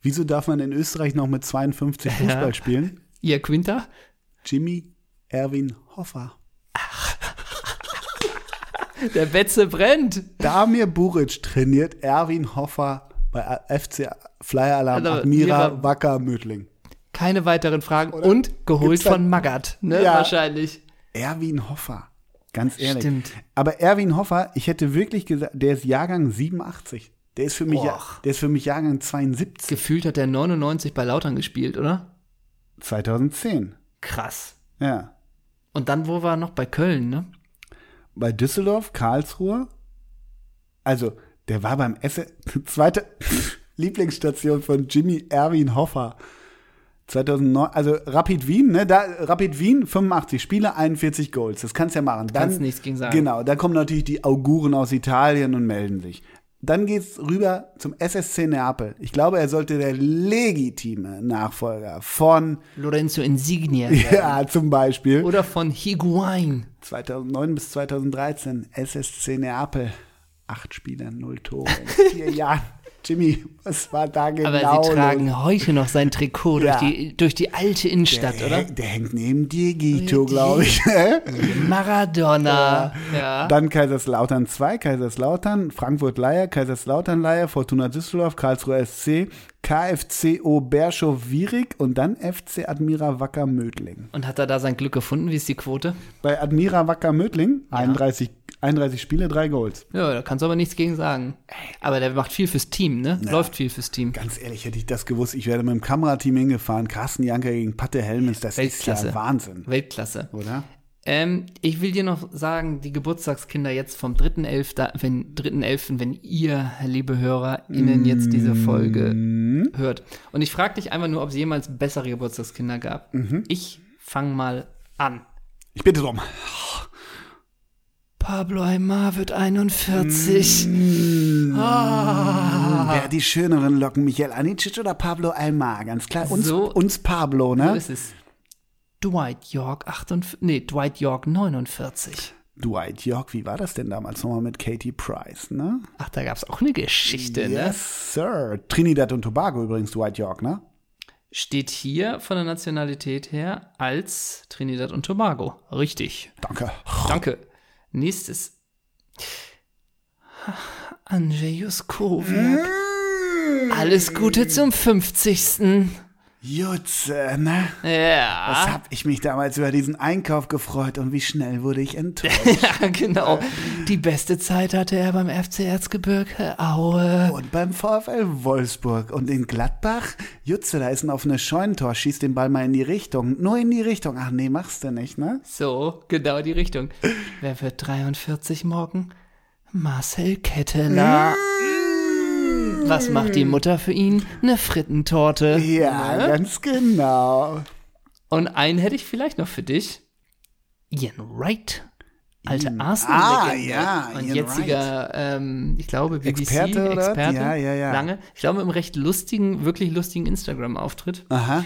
wieso darf man in Österreich noch mit 52 Fußball spielen?
Ihr Quinter?
Jimmy Erwin Hoffer.
Der Betze brennt.
Damir Buric trainiert Erwin Hoffer bei FC Flyer Alarm
Also,
Admira
Mira-
Wacker Mödling.
keine weiteren Fragen und geholt
gibt's da-
von Magath, ne?
Ja.
Wahrscheinlich.
Erwin Hoffer. Ganz ehrlich.
Stimmt.
Aber Erwin Hoffer, ich hätte wirklich gesagt, der ist Jahrgang 87. Der ist für mich,
Och.
der ist für mich Jahrgang 72.
Gefühlt hat der 99 bei Lautern gespielt, oder?
2010.
Krass.
Ja.
Und dann wo war er noch bei Köln, ne?
Bei Düsseldorf, Karlsruhe. Also, der war beim Esse. Zweite Lieblingsstation von Jimmy Erwin Hoffer. 2009, also Rapid Wien, ne? Da, Rapid Wien, 85 Spiele, 41 Goals. Das kannst du ja machen. Dann,
Kannst nichts gegen sagen.
Genau, da kommen natürlich die Auguren aus Italien und melden sich. Dann geht's rüber zum SSC Neapel. Ich glaube, er sollte der legitime Nachfolger von,
Lorenzo Insigne
ja, zum Beispiel,
oder von Higuain.
2009 bis 2013, SSC Neapel. Acht Spiele, null Tore in vier Jahren. Jimmy, was war da genau?
Aber sie tragen heute noch sein Trikot
Ja.
durch, die, durch die alte Innenstadt,
los? der,
oder?
hängt- der hängt neben Diegito, glaube ich.
Maradona. Ja.
Dann Kaiserslautern 2, Kaiserslautern, Frankfurt Leier, Kaiserslautern Leier, Fortuna Düsseldorf, Karlsruhe SC, KFC Oberschow Wierig und dann FC Admira Wacker Mödling.
Und hat er da sein Glück gefunden? Wie ist die Quote?
Bei Admira Wacker Mödling 31, 31 Spiele, 3 Goals.
Ja, da kannst du aber nichts gegen sagen. Aber der macht viel fürs Team, ne? Läuft viel fürs Team.
Ganz ehrlich, hätte ich das gewusst, ich wäre mit dem Kamerateam hingefahren. Carsten Janker gegen Patte Helmes, das ist
Weltklasse.
ja Wahnsinn,
Weltklasse.
oder?
Ähm, ich will dir noch sagen, die Geburtstagskinder jetzt vom 3.11., wenn, 3.11., wenn ihr, liebe HörerInnen, jetzt diese Folge hört. Und ich frage dich einfach nur, ob es jemals bessere Geburtstagskinder gab. Ich fang mal an.
Ich bitte drum.
Pablo Aymar wird 41.
Wer hat die schöneren Locken, Michael Anicic oder Pablo Almar? Ganz klar, uns,
So-
uns Pablo,
So
ne?
ist es. Dwight York 48, nee, Dwight York 49.
Dwight York, wie war das denn damals nochmal mit Katie Price, ne?
Ach, da gab es auch eine Geschichte, ne?
Yes, Sir. Trinidad und Tobago übrigens, Dwight York, ne?
Steht hier von der Nationalität her als Trinidad und Tobago. Richtig.
Danke.
Danke. Nächstes. Andrzej Juskowiak. Alles Gute zum 50.
Jutze, ne? Was
Ja,
hab ich mich damals über diesen Einkauf gefreut und wie schnell wurde ich enttäuscht.
ja genau. Die beste Zeit hatte er beim FC Erzgebirge Aue.
und beim VfL Wolfsburg und in Gladbach? Jutze, da ist ein offenes Scheunentor, schießt den Ball mal in die Richtung. Nur in die Richtung. Ach nee, machst du nicht, ne?
So, genau die Richtung. Wer wird 43 morgen? Marcel Ketteler. Was macht die Mutter für ihn? Eine Frittentorte.
Ja,
Ne?
ganz genau.
Und einen hätte ich vielleicht noch für dich. Ian Wright. Alte
Ian-
Arsenal-Legende.
Ah, ja,
Und
Ian
jetziger, ähm, ich glaube, BBC,
Experte oder was?
Experte.
Ja, ja, ja.
Lange. Ich glaube, im recht lustigen, wirklich lustigen Instagram-Auftritt.
Aha.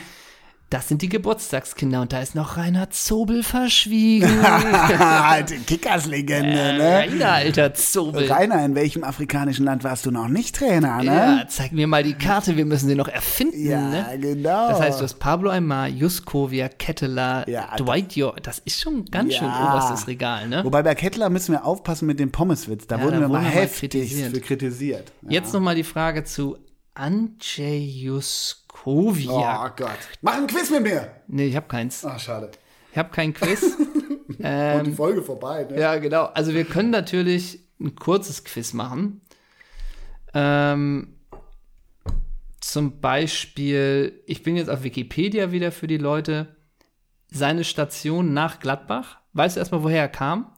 Das sind die Geburtstagskinder und da ist noch Reinhard Zobel verschwiegen.
Alte Kickers-Legende,
Äh,
ne?
Rainer, alter Zobel.
Rainer, in welchem afrikanischen Land warst du noch nicht Trainer,
Ja,
ne?
zeig mir mal die Karte, wir müssen sie noch erfinden.
Ja,
ne?
genau.
Das heißt, du hast Pablo Aymar, Juskovic, Ketteler,
Ja,
Dwight York. Das ist schon ganz schön
Ja.
oberstes Regal, ne?
Wobei bei Kettler müssen wir aufpassen mit dem Pommeswitz. Da
Ja,
wurden
da
wir mal
wurden wir mal
heftig
kritisiert.
für kritisiert. Ja.
Jetzt nochmal die Frage zu Andrzej Juskovic.
Oh Gott. Mach ein Quiz mit mir!
Nee, ich habe keins.
Ach, schade.
Ich habe kein Quiz. Ähm,
Und
Hm.
die Folge vorbei, ne?
ja, genau. Also wir können natürlich ein kurzes Quiz machen. Ähm, zum Beispiel, ich bin jetzt auf Wikipedia wieder für die Leute. Seine Station nach Gladbach. Weißt du erstmal, woher er kam,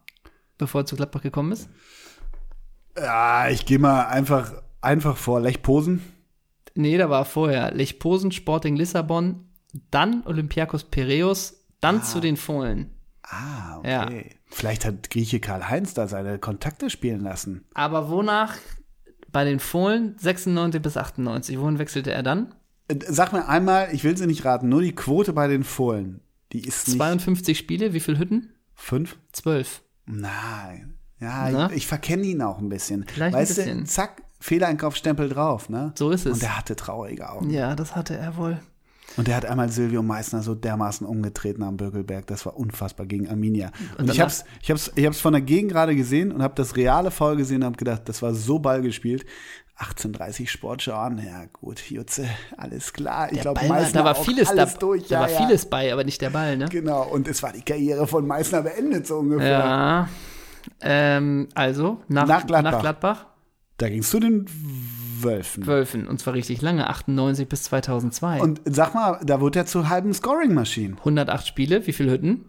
bevor er zu Gladbach gekommen ist?
Ja, ich gehe mal einfach, einfach vor. Lech Posen.
Nee, da war vorher Lech Posen, Sporting Lissabon, dann Olympiakos Piräus, dann zu den Fohlen.
Ah,
Ja.
okay. Vielleicht hat Grieche Karl-Heinz da seine Kontakte spielen lassen.
Aber wonach bei den Fohlen 96 bis 98? Wohin wechselte er dann?
Äh, Sag mir einmal, ich will sie nicht raten, nur die Quote bei den Fohlen. Die ist nicht
52 Spiele, wie viele Hütten?
fünf?
Zwölf.
Nein. Ja,
Na?
ich, ich verkenne ihn auch ein bisschen.
Vielleicht ein
weißt du,
bisschen.
zack, Fehlereinkaufsstempel drauf, ne?
So ist
Und
es.
er hatte traurige Augen.
Ja, das hatte er wohl.
Und er hat einmal Silvio Meissner so dermaßen umgetreten am Bökelberg. Das war unfassbar gegen Arminia. Und, ich
danach-
hab's, ich hab's, ich hab's von der Gegend gerade gesehen und hab das reale Foul gesehen und hab gedacht, das war so Ball gespielt. 18:30 Sportschau an. Ja gut, Jutze, alles klar. Ich
Der
glaube,
Ball war,
Meissner
da war
auch
vieles, da,
alles durch.
da
Ja,
war
ja.
vieles bei, aber nicht der Ball, ne?
Genau. Und es war die Karriere von Meissner beendet so ungefähr.
Ja. Ähm, also, nach,
Nach
nach
Gladbach.
Gladbach.
Da gingst du den Wölfen.
Wölfen. Und zwar richtig lange, 98 bis 2002.
Und sag mal, da wurde er zur halben Scoring-Maschine.
108 Spiele, wie viele Hütten?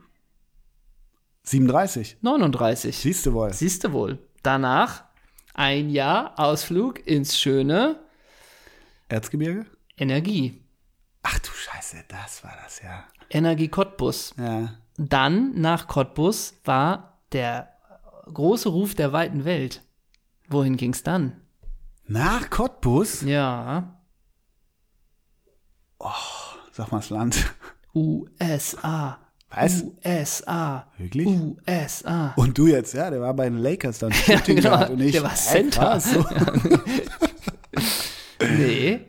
37.
39.
Siehst du wohl.
Siehst du wohl. Danach ein Jahr Ausflug ins schöne
Erzgebirge?
Energie.
Ach du Scheiße, das war das ja.
Energie Cottbus.
Ja.
Dann nach Cottbus war der große Ruf der weiten Welt. Wohin ging's dann?
Nach Cottbus?
Ja,
Sag mal das Land.
USA.
Was?
Uh. USA.
Wirklich?
USA.
Und du jetzt, ja, der war bei den Lakers dann. Shooting
genau,
Guard und ich,
der war
äh,
Center.
was? So.
Nee.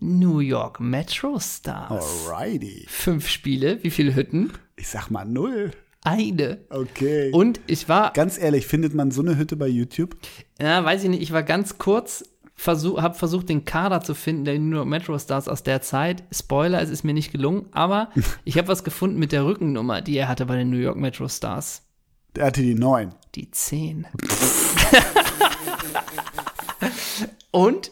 New York Metro
Oh.
Stars.
Alrighty.
Fünf Spiele, wie viele Hütten?
Ich sag mal null.
Eine.
Okay.
Und ich war
Ganz ehrlich, findet man so eine Hütte bei YouTube?
Ja, weiß ich nicht. Ich war ganz kurz, versuch, habe versucht, den Kader zu finden der New York Metro Stars aus der Zeit. Spoiler, es ist mir nicht gelungen, aber ich habe was gefunden mit der Rückennummer, die er hatte bei den New York Metro Stars.
Der hatte die neun.
Die 10. Und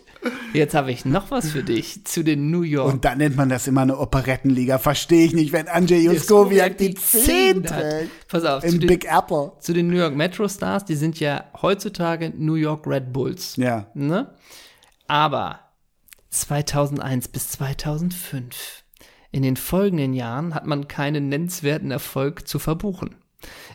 jetzt habe ich noch was für dich zu den New York
Und dann nennt man das immer eine Operettenliga. Verstehe ich nicht, wenn Andrzej Juskowiak die zehn
hat.
trägt.
Pass auf, zu
Im
den,
Big Apple.
zu den New York Metro Stars, die sind ja heutzutage New York Red Bulls.
Ja.
Ne? Aber 2001 bis 2005, in den folgenden Jahren, hat man keinen nennenswerten Erfolg zu verbuchen.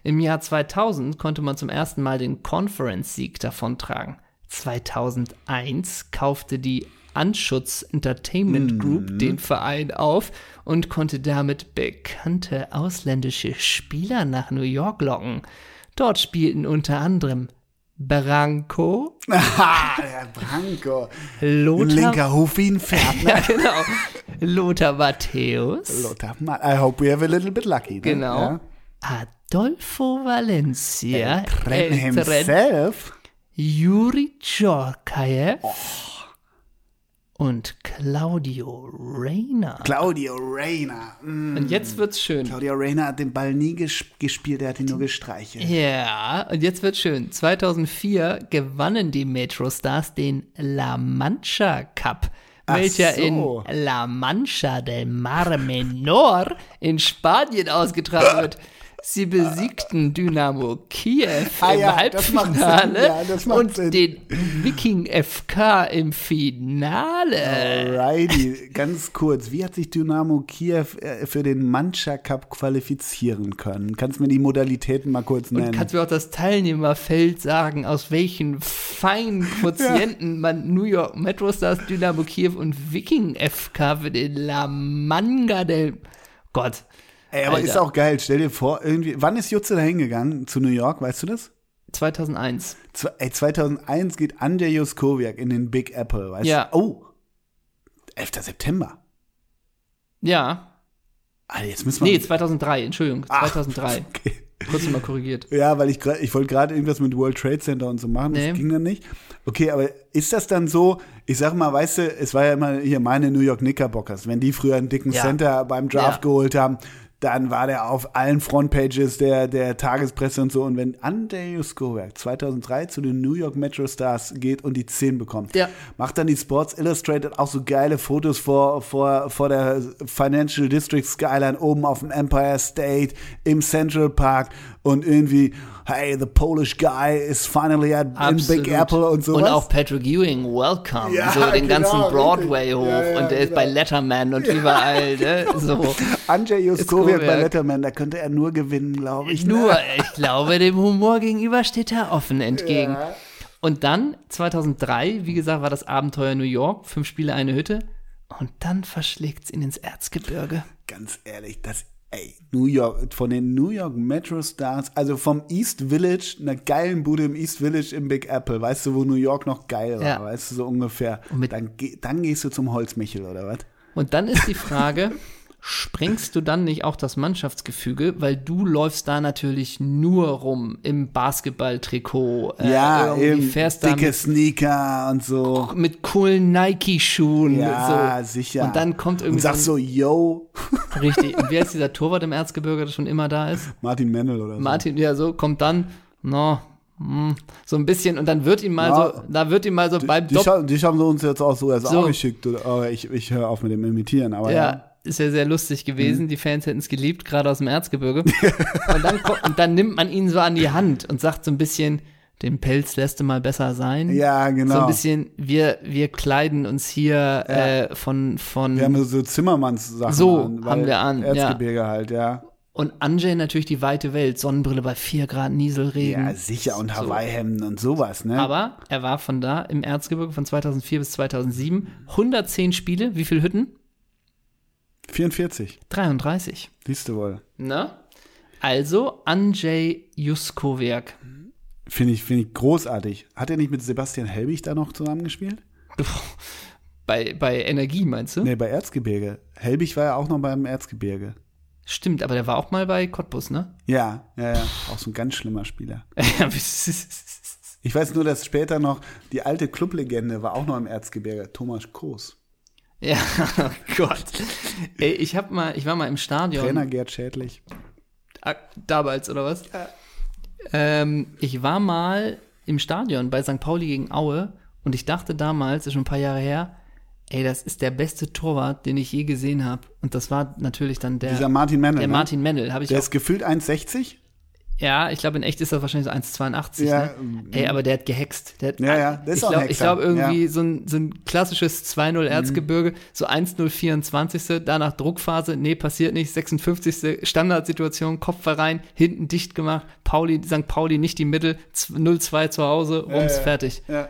Im Jahr 2000 konnte man zum ersten Mal den Conference-Sieg davontragen. 2001 kaufte die Anschutz Entertainment Group den Verein auf und konnte damit bekannte ausländische Spieler nach New York locken. Dort spielten unter anderem Branko,
Ha, der Branko. Ein
Lothar,
linker Huf wie ein Pferd. Ne?
genau. Lothar Matthäus,
Lothar, Mann. I hope we have a little bit lucky. Ne?
genau.
Ja.
Adolfo Valencia,
Trent
El Trent,
himself.
Juri Djorkaev und Claudio Reyna.
Claudio Reyna. Mm.
und jetzt wird's schön.
Claudio Reyna hat den Ball nie ges gespielt, er hat ihn nur gestreichelt.
Ja, und jetzt wird's schön. 2004 gewannen die Metro Stars den La Mancha Cup,
Ach
welcher
so.
in La Mancha del Mar Menor in Spanien ausgetragen wird. Sie besiegten Dynamo Kiew
Ah
im
ja, das macht Sinn.
Halbfinale
Ja, das macht
und
Sinn.
den Viking FK im Finale.
Alrighty, ganz kurz. Wie hat sich Dynamo Kiew äh, für den Mancha Cup qualifizieren können? Kannst du mir die Modalitäten mal kurz
Und
nennen?
kannst mir auch das Teilnehmerfeld sagen, aus welchen feinen Quotienten man New York Metro Stars, Dynamo Kiew und Viking FK für den La Manga del Gott.
Ey, aber
Alter.
ist auch geil. Stell dir vor, irgendwie, wann ist Jutze da hingegangen? Zu New York, weißt du das?
2001.
Zw- Ey, 2001 geht Andrzej Juskowiak in den Big Apple, weißt
Ja.
du? Oh, 11. September.
Ja.
Alter, jetzt müssen wir.
Nee, 2003. Entschuldigung.
Ah.
2003.
okay.
Kurz nochmal korrigiert.
Ja, weil ich grad, ich wollte gerade irgendwas mit World Trade Center und so machen,
Nee.
das ging dann nicht. Okay, aber ist das dann so, ich sag mal, weißt du, es war ja immer hier meine New York Knickerbockers, wenn die früher einen dicken
Ja.
Center beim Draft
Ja.
geholt haben, dann war der auf allen Frontpages der, der Tagespresse und so. Und wenn Andrzej Juskowiak 2003 zu den New York Metro Stars geht und die 10 bekommt,
Ja.
macht dann die Sports Illustrated auch so geile Fotos vor, vor, vor der Financial District Skyline oben auf dem Empire State im Central Park und irgendwie, hey, the Polish guy is finally at, in Big Apple und sowas.
Und auch Patrick Ewing, welcome.
Ja,
so den
genau,
ganzen
richtig.
Broadway hoch.
Ja, ja,
und der ist bei
genau.
Letterman und überall. Ne? So.
Andrzej Juskowiak bei
Juskowiak.
Letterman, da könnte er nur gewinnen, glaube ich. ne?
Nur, ich glaube, dem Humor gegenüber steht er offen entgegen.
Ja.
Und dann, 2003, wie gesagt, war das Abenteuer New York, fünf Spiele, eine Hütte. Und dann verschlägt's ihn ins Erzgebirge.
ganz ehrlich, das, ey, New York, von den New York Metro Stars, also vom East Village, einer geilen Bude im East Village im Big Apple, weißt du, wo New York noch geil war,
Ja.
weißt du, so ungefähr.
Und mit-
dann, geh- dann gehst du zum Holzmichel, oder was?
Und dann ist die Frage, sprengst du dann nicht auch das Mannschaftsgefüge, weil du läufst da natürlich nur rum im Basketballtrikot. äh,
ja,
irgendwie
eben,
fährst da
dicke
mit,
Sneaker und so.
mit coolen Nike-Schuhen.
Ja,
so.
sicher.
Und dann kommt irgendwie
Und sagst so, yo,
so ein, richtig. Und wer ist dieser Torwart im Erzgebirge, der schon immer da ist?
Martin Mendel oder so.
Martin, ja, so kommt dann, no, mm, so ein bisschen, und dann wird ihm mal
Ja.
so, da wird ihm mal so beim
Dich,
Dopp,
haben- dich haben sie uns jetzt auch so erst
So.
auch geschickt. Oder, aber ich, ich höre auf mit dem Imitieren. Aber ja. Mhm.
ja, ist ja sehr lustig gewesen, die Fans hätten es geliebt, gerade aus dem Erzgebirge. und, dann kommt, und dann nimmt man ihn so an die Hand und sagt so ein bisschen, den Pelz lässt du mal besser sein.
Ja, genau.
So ein bisschen, wir, wir kleiden uns hier äh, von, von,
Wir haben so Zimmermanns-Sachen
So,
an, weil
haben wir an, ja.
Erzgebirge halt, ja.
und Anjay natürlich die weite Welt, Sonnenbrille bei 4 Grad Nieselregen.
Ja, sicher. Und Hawaii-Hemden und sowas, ne?
Aber er war von da im Erzgebirge von 2004 bis 2007. 110 Spiele, wie viele Hütten?
44,
33.
siehst du wohl.
Ne? Also Andrzej Juskowiak.
Finde ich, finde ich großartig. Hat er nicht mit Sebastian Helbig da noch zusammengespielt?
Bei, bei Energie meinst du?
Nee, bei Erzgebirge. Helbig war ja auch noch beim Erzgebirge.
Stimmt, aber der war auch mal bei Cottbus, ne?
Ja, ja, ja. Auch so ein ganz schlimmer Spieler. Ich weiß nur, dass später noch die alte Clublegende war auch noch im Erzgebirge, Thomas Koos.
ja, oh Gott. Ey, ich hab mal, ich war mal im Stadion.
Trainer Gerd Schädlich.
Ah, Damals, oder was? Ähm, ich war mal im Stadion bei St. Pauli gegen Aue und ich dachte damals, ist schon ein paar Jahre her, ey, das ist der beste Torwart, den ich je gesehen habe. Und das war natürlich dann der,
Dieser Martin Mendel.
der
ne?
Martin Mendel. Hab ich
Der
auch,
ist gefühlt 1,60.
ja, ich glaube, in echt ist das wahrscheinlich so 1,82.
Ja, ähm,
ne? Ey, aber der hat gehext. Der hat,
Ja, ja, der ist
ich
auch ein
glaube
Hexer.
glaub irgendwie
Ja. Mhm.
so, ein, so ein klassisches 2-0 Erzgebirge, so 1-0-24. Danach Druckphase, nee, passiert nicht. 56. Standardsituation, Kopf war rein, hinten dicht gemacht. Pauli, St. Pauli nicht die Mittel, z- 0-2 zu Hause, rums,
ja.
fertig.
Ja.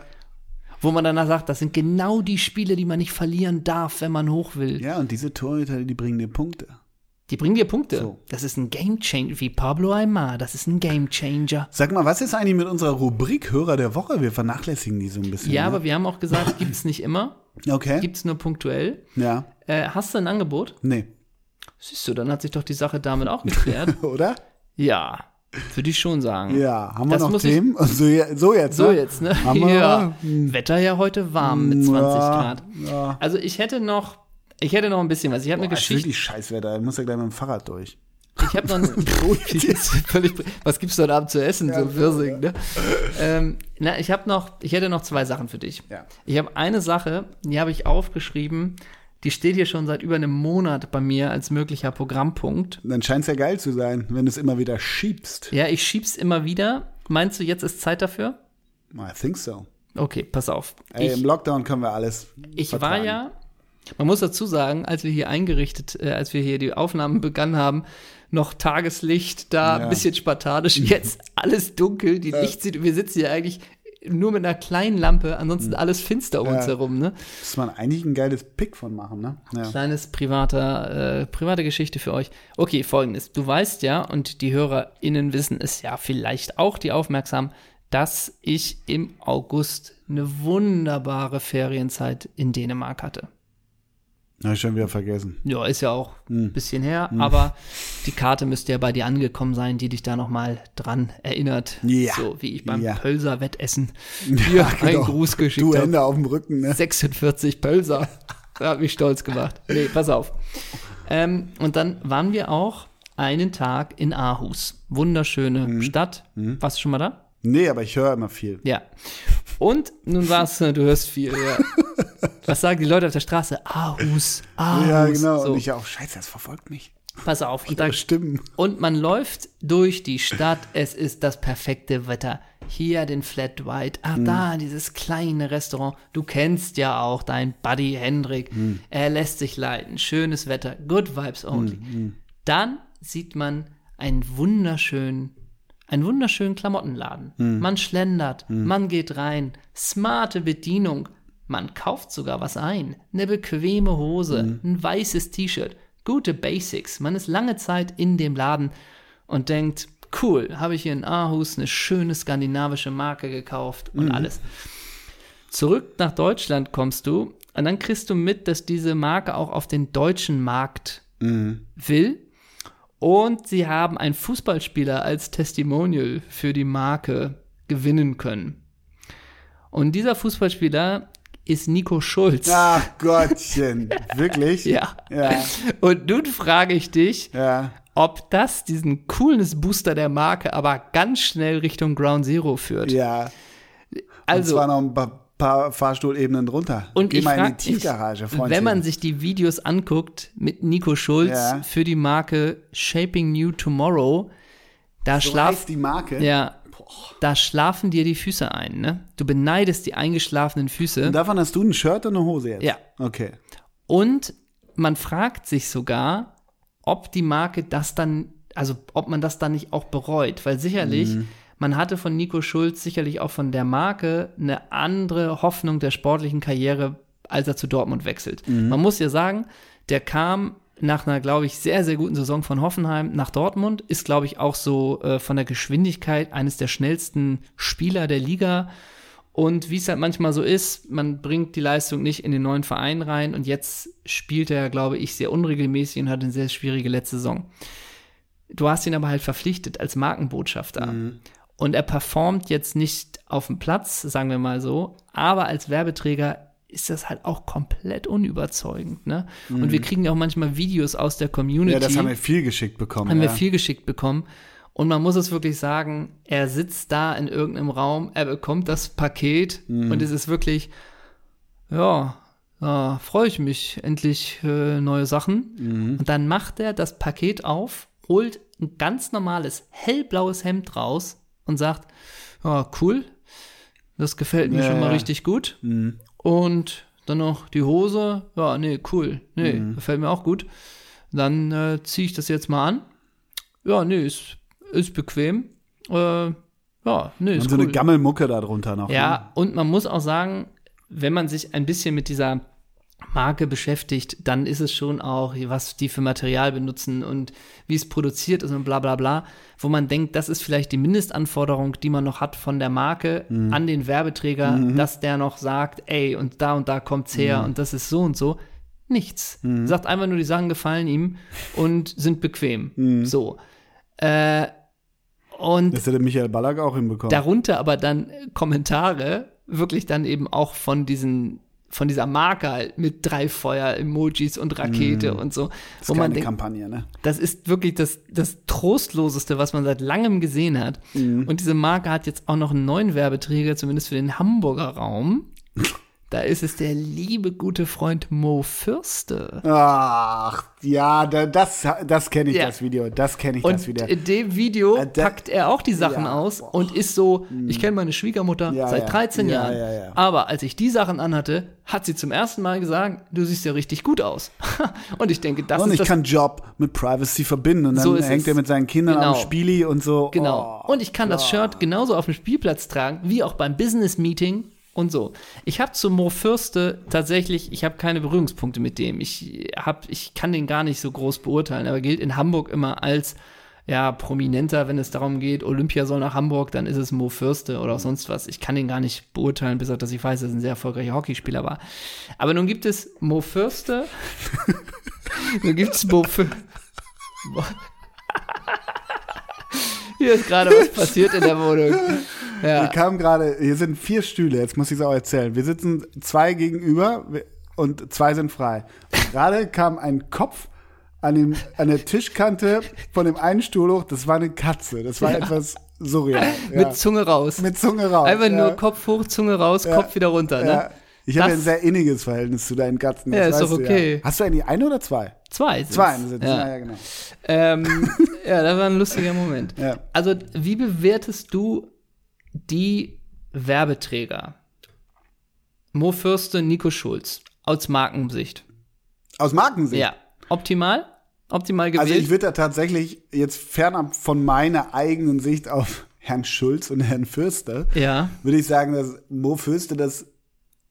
Wo man danach sagt, das sind genau die Spiele, die man nicht verlieren darf, wenn man hoch will.
ja, und diese Torhüter, die bringen dir Punkte.
Die bringen dir Punkte.
So.
Das ist ein Game Changer, wie Pablo Aymar, das ist ein Game Changer.
Sag mal, was ist eigentlich mit unserer Rubrik Hörer der Woche? Wir vernachlässigen die so ein bisschen.
Ja,
ne?
aber wir haben auch gesagt, gibt's nicht immer,
Okay.
gibt's nur punktuell.
ja.
Äh, hast du ein Angebot?
Nee.
Siehst du, dann hat sich doch die Sache damit auch geklärt.
Oder?
ja, würde ich schon sagen.
Ja. Haben wir
Das
noch
muss ich-
Themen? so, je- so jetzt.
So
ne?
jetzt, ne?
Haben wir Hm.
ja. Wetter ja heute warm mit 20
Ja,
Grad. Also ich hätte noch, ich hätte noch ein bisschen was. Ich habe eine
Das Ah, ist
Geschichte.
wirklich Scheißwetter. Ich muss ja gleich mit dem Fahrrad durch.
Ich habe noch völlig, Was gibt's heute Abend zu essen? so Wirsing, ne? ähm, na, ich habe noch, ich hätte noch zwei Sachen für dich.
Ja.
Ich habe eine Sache, die habe ich aufgeschrieben, Die steht hier schon seit über einem Monat bei mir als möglicher Programmpunkt.
Dann scheint es ja geil zu sein, wenn du es immer wieder schiebst.
Ja, ich schieb's immer wieder. Meinst du, jetzt ist Zeit dafür?
I think so.
Okay, pass auf.
Ey,
ich
im Lockdown können wir alles.
ich war
vertragen.
ja, man muss dazu sagen, als wir hier eingerichtet, äh, als wir hier die Aufnahmen begonnen haben, noch Tageslicht da,
Ja.
ein bisschen spartanisch, jetzt alles dunkel, die Licht sieht, wir sitzen hier eigentlich nur mit einer kleinen Lampe, ansonsten alles finster um uns
Hm. Ja.
herum, ne?
Muss man eigentlich ein geiles Pick von machen, ne? Ja.
Kleines privater, äh, private Geschichte für euch. Okay, folgendes. Du weißt ja, und die HörerInnen wissen es ja vielleicht auch, die aufmerksam, dass ich im August eine wunderbare Ferienzeit in Dänemark hatte.
Hab ich schon wieder vergessen.
Ja, ist ja auch
Hm.
ein bisschen her, aber die Karte müsste ja bei dir angekommen sein, die dich da nochmal dran erinnert.
Ja.
So wie ich beim
Ja.
Pölser-Wettessen
Ja, genau.
einen Gruß geschickt
Du
hab.
Hände auf dem Rücken, ne?
46 Pölser. Das hat mich stolz gemacht. Nee, pass auf. Ähm, und dann waren wir auch einen Tag in Aarhus. Wunderschöne
Hm.
Stadt. Warst du schon mal da?
Nee, aber ich höre immer viel.
Ja. Und nun warst du, du hörst viel, ja. Was sagen die Leute auf der Straße? Aarhus, Aarhus.
ja, genau.
Ah, So,
Und ich auch, scheiße, das verfolgt mich.
pass auf. Und, da,
Ja, Stimmen.
und man läuft durch die Stadt. Es ist das perfekte Wetter. Hier den Flat White. Ah, da dieses kleine Restaurant. Du kennst ja auch deinen Buddy Hendrik. Er lässt sich leiten. Schönes Wetter. Good Vibes only. Dann sieht man einen wunderschönen, einen wunderschönen Klamottenladen. Man schlendert, man geht rein, smarte Bedienung. Man kauft sogar was ein. Eine bequeme Hose, ein weißes T-Shirt, gute Basics. Man ist lange Zeit in dem Laden und denkt, cool, habe ich hier in Aarhus eine schöne skandinavische Marke gekauft und alles. Zurück nach Deutschland kommst du und dann kriegst du mit, dass diese Marke auch auf den deutschen Markt
Mhm.
will. Und sie haben einen Fußballspieler als Testimonial für die Marke gewinnen können. Und dieser Fußballspieler ist Nico Schulz.
Ach Gottchen. Wirklich?
Ja.
Ja.
Und nun frage ich dich,
Ja.
ob das diesen Coolness-Booster der Marke aber ganz schnell Richtung Ground Zero führt.
ja. Also, und
also,
zwar noch ein paar, paar Fahrstuhlebenen drunter.
und
Geh
ich
mal in
frage
die Tiefgarage, Freundchen.
wenn man sich die Videos anguckt mit Nico Schulz
Ja.
für die Marke Shaping New Tomorrow, da
so
schlaft
heißt die ne? Marke.
Ja. Da schlafen dir die Füße ein, ne? Du beneidest die eingeschlafenen Füße.
Und davon hast du ein Shirt und eine Hose jetzt?
Ja.
Okay.
Und man fragt sich sogar, ob die Marke das dann, also ob man das dann nicht auch bereut, weil sicherlich, man hatte von Nico Schulz sicherlich auch von der Marke eine andere Hoffnung der sportlichen Karriere, als er zu Dortmund wechselt. Man muss ja sagen, der kam nach einer, glaube ich, sehr, sehr guten Saison von Hoffenheim nach Dortmund, ist, glaube ich, auch so äh, von der Geschwindigkeit eines der schnellsten Spieler der Liga. Und wie es halt manchmal so ist, man bringt die Leistung nicht in den neuen Verein rein und jetzt spielt er, glaube ich, sehr unregelmäßig und hat eine sehr schwierige letzte Saison. Du hast ihn aber halt verpflichtet als Markenbotschafter.
Mhm.
Und er performt jetzt nicht auf dem Platz, sagen wir mal so, aber als Werbeträger ist das halt auch komplett unüberzeugend. Ne? Und wir kriegen ja auch manchmal Videos aus der Community
Mhm. Ja, das haben wir viel geschickt bekommen.
haben
ja.
wir viel geschickt bekommen. Und man muss es wirklich sagen, er sitzt da in irgendeinem Raum, er bekommt das Paket
Mhm.
und es ist wirklich, ja, ja freue ich mich, endlich äh, neue Sachen.
Mhm.
Und dann macht er das Paket auf, holt ein ganz normales hellblaues Hemd raus und sagt, ja, cool, das gefällt mir
Ja,
schon mal
ja. Mhm.
richtig gut. Und dann noch die Hose, ja, nee, cool, nee,
Mhm.
gefällt mir auch gut. Dann äh, ziehe ich das jetzt mal an. Ja, nee, ist, ist bequem. Äh, ja, nee, ist
Und so
cool.
eine Gammelmucke da drunter noch. Ne?
Ja, und man muss auch sagen, wenn man sich ein bisschen mit dieser Marke beschäftigt, dann ist es schon auch, was die für Material benutzen und wie es produziert ist und bla bla bla, wo man denkt, das ist vielleicht die Mindestanforderung, die man noch hat von der Marke
Mhm.
an den Werbeträger, dass der noch sagt, ey, und da und da kommt's
Mhm.
her und das ist so und so. Nichts. Sagt einfach nur, die Sachen gefallen ihm und sind bequem.
Mhm.
So. Äh, und
Das hätte Michael Ballack auch hinbekommen.
Darunter aber dann äh, Kommentare, wirklich dann eben auch von diesen, von dieser Marke halt mit drei Feuer-Emojis und Rakete und so.
das
Wo
ist
man
keine
denkt,
Kampagne, ne?
das ist wirklich das, das Trostloseste, was man seit langem gesehen hat. Und diese Marke hat jetzt auch noch einen neuen Werbeträger, zumindest für den Hamburger Raum. Da ist es der liebe gute Freund Mo Fürste.
Ach, ja, da- das, das kenne ich,
Ja.
das Video. Das kenne ich, das
Und
Video.
in dem Video
Äh, da-
packt er auch die Sachen
Ja, Hm.
aus und ist so, ich kenne meine Schwiegermutter
Ja,
seit
ja.
13
Ja,
Jahren.
ja, ja.
Aber als ich die Sachen anhatte, hat sie zum ersten Mal gesagt, du siehst ja richtig gut aus. und ich denke, das
und
ist
ich
das
kann Job mit Privacy verbinden. Und dann
So ist
hängt
es.
er mit seinen Kindern
Genau.
am Spieli und so.
Genau.
Oh.
und ich kann das Shirt genauso auf dem Spielplatz tragen, wie auch beim Business Meeting und so. Ich habe zu Mo Fürste tatsächlich, ich habe keine Berührungspunkte mit dem. Ich hab, ich kann den gar nicht so groß beurteilen, aber gilt in Hamburg immer als ja, prominenter, wenn es darum geht, Olympia soll nach Hamburg, dann ist es Mo Fürste oder auch sonst was. Ich kann den gar nicht beurteilen, bis auf dass ich weiß, dass er ein sehr erfolgreicher Hockeyspieler war. Aber nun gibt es Mo Fürste. nun gibt es Mo Fürste. Hier ist gerade was passiert in der Wohnung.
Wir kamen gerade, hier sind vier Stühle, jetzt muss ich es auch erzählen. Wir sitzen zwei gegenüber und zwei sind frei. Und gerade kam ein Kopf an, dem, an der Tischkante von dem einen Stuhl hoch, das war eine Katze. Das war etwas surreal. Ja.
Mit Zunge raus.
Mit Zunge raus.
Einfach
ja.
nur Kopf hoch, Zunge raus, Kopf wieder runter. Ne?
Ja. Ich habe
Das-
ein sehr inniges Verhältnis zu deinen Katzen.
Ja,
das
ist
weißt
doch
du
okay.
Ja. Hast du eigentlich eine oder zwei?
Zwei sind's.
Zwei sind es. Ja.
Ja,
ja, genau.
ähm, ja das war ein lustiger Moment.
Ja.
Also, wie bewertest du die Werbeträger? Mo Fürste, Nico Schulz. Aus Markensicht.
Aus Markensicht.
Ja. Optimal? Optimal gewählt?
Also ich würde da tatsächlich jetzt fernab von meiner eigenen Sicht auf Herrn Schulz und Herrn Fürste,
ja.
würde ich sagen, dass Mo Fürste das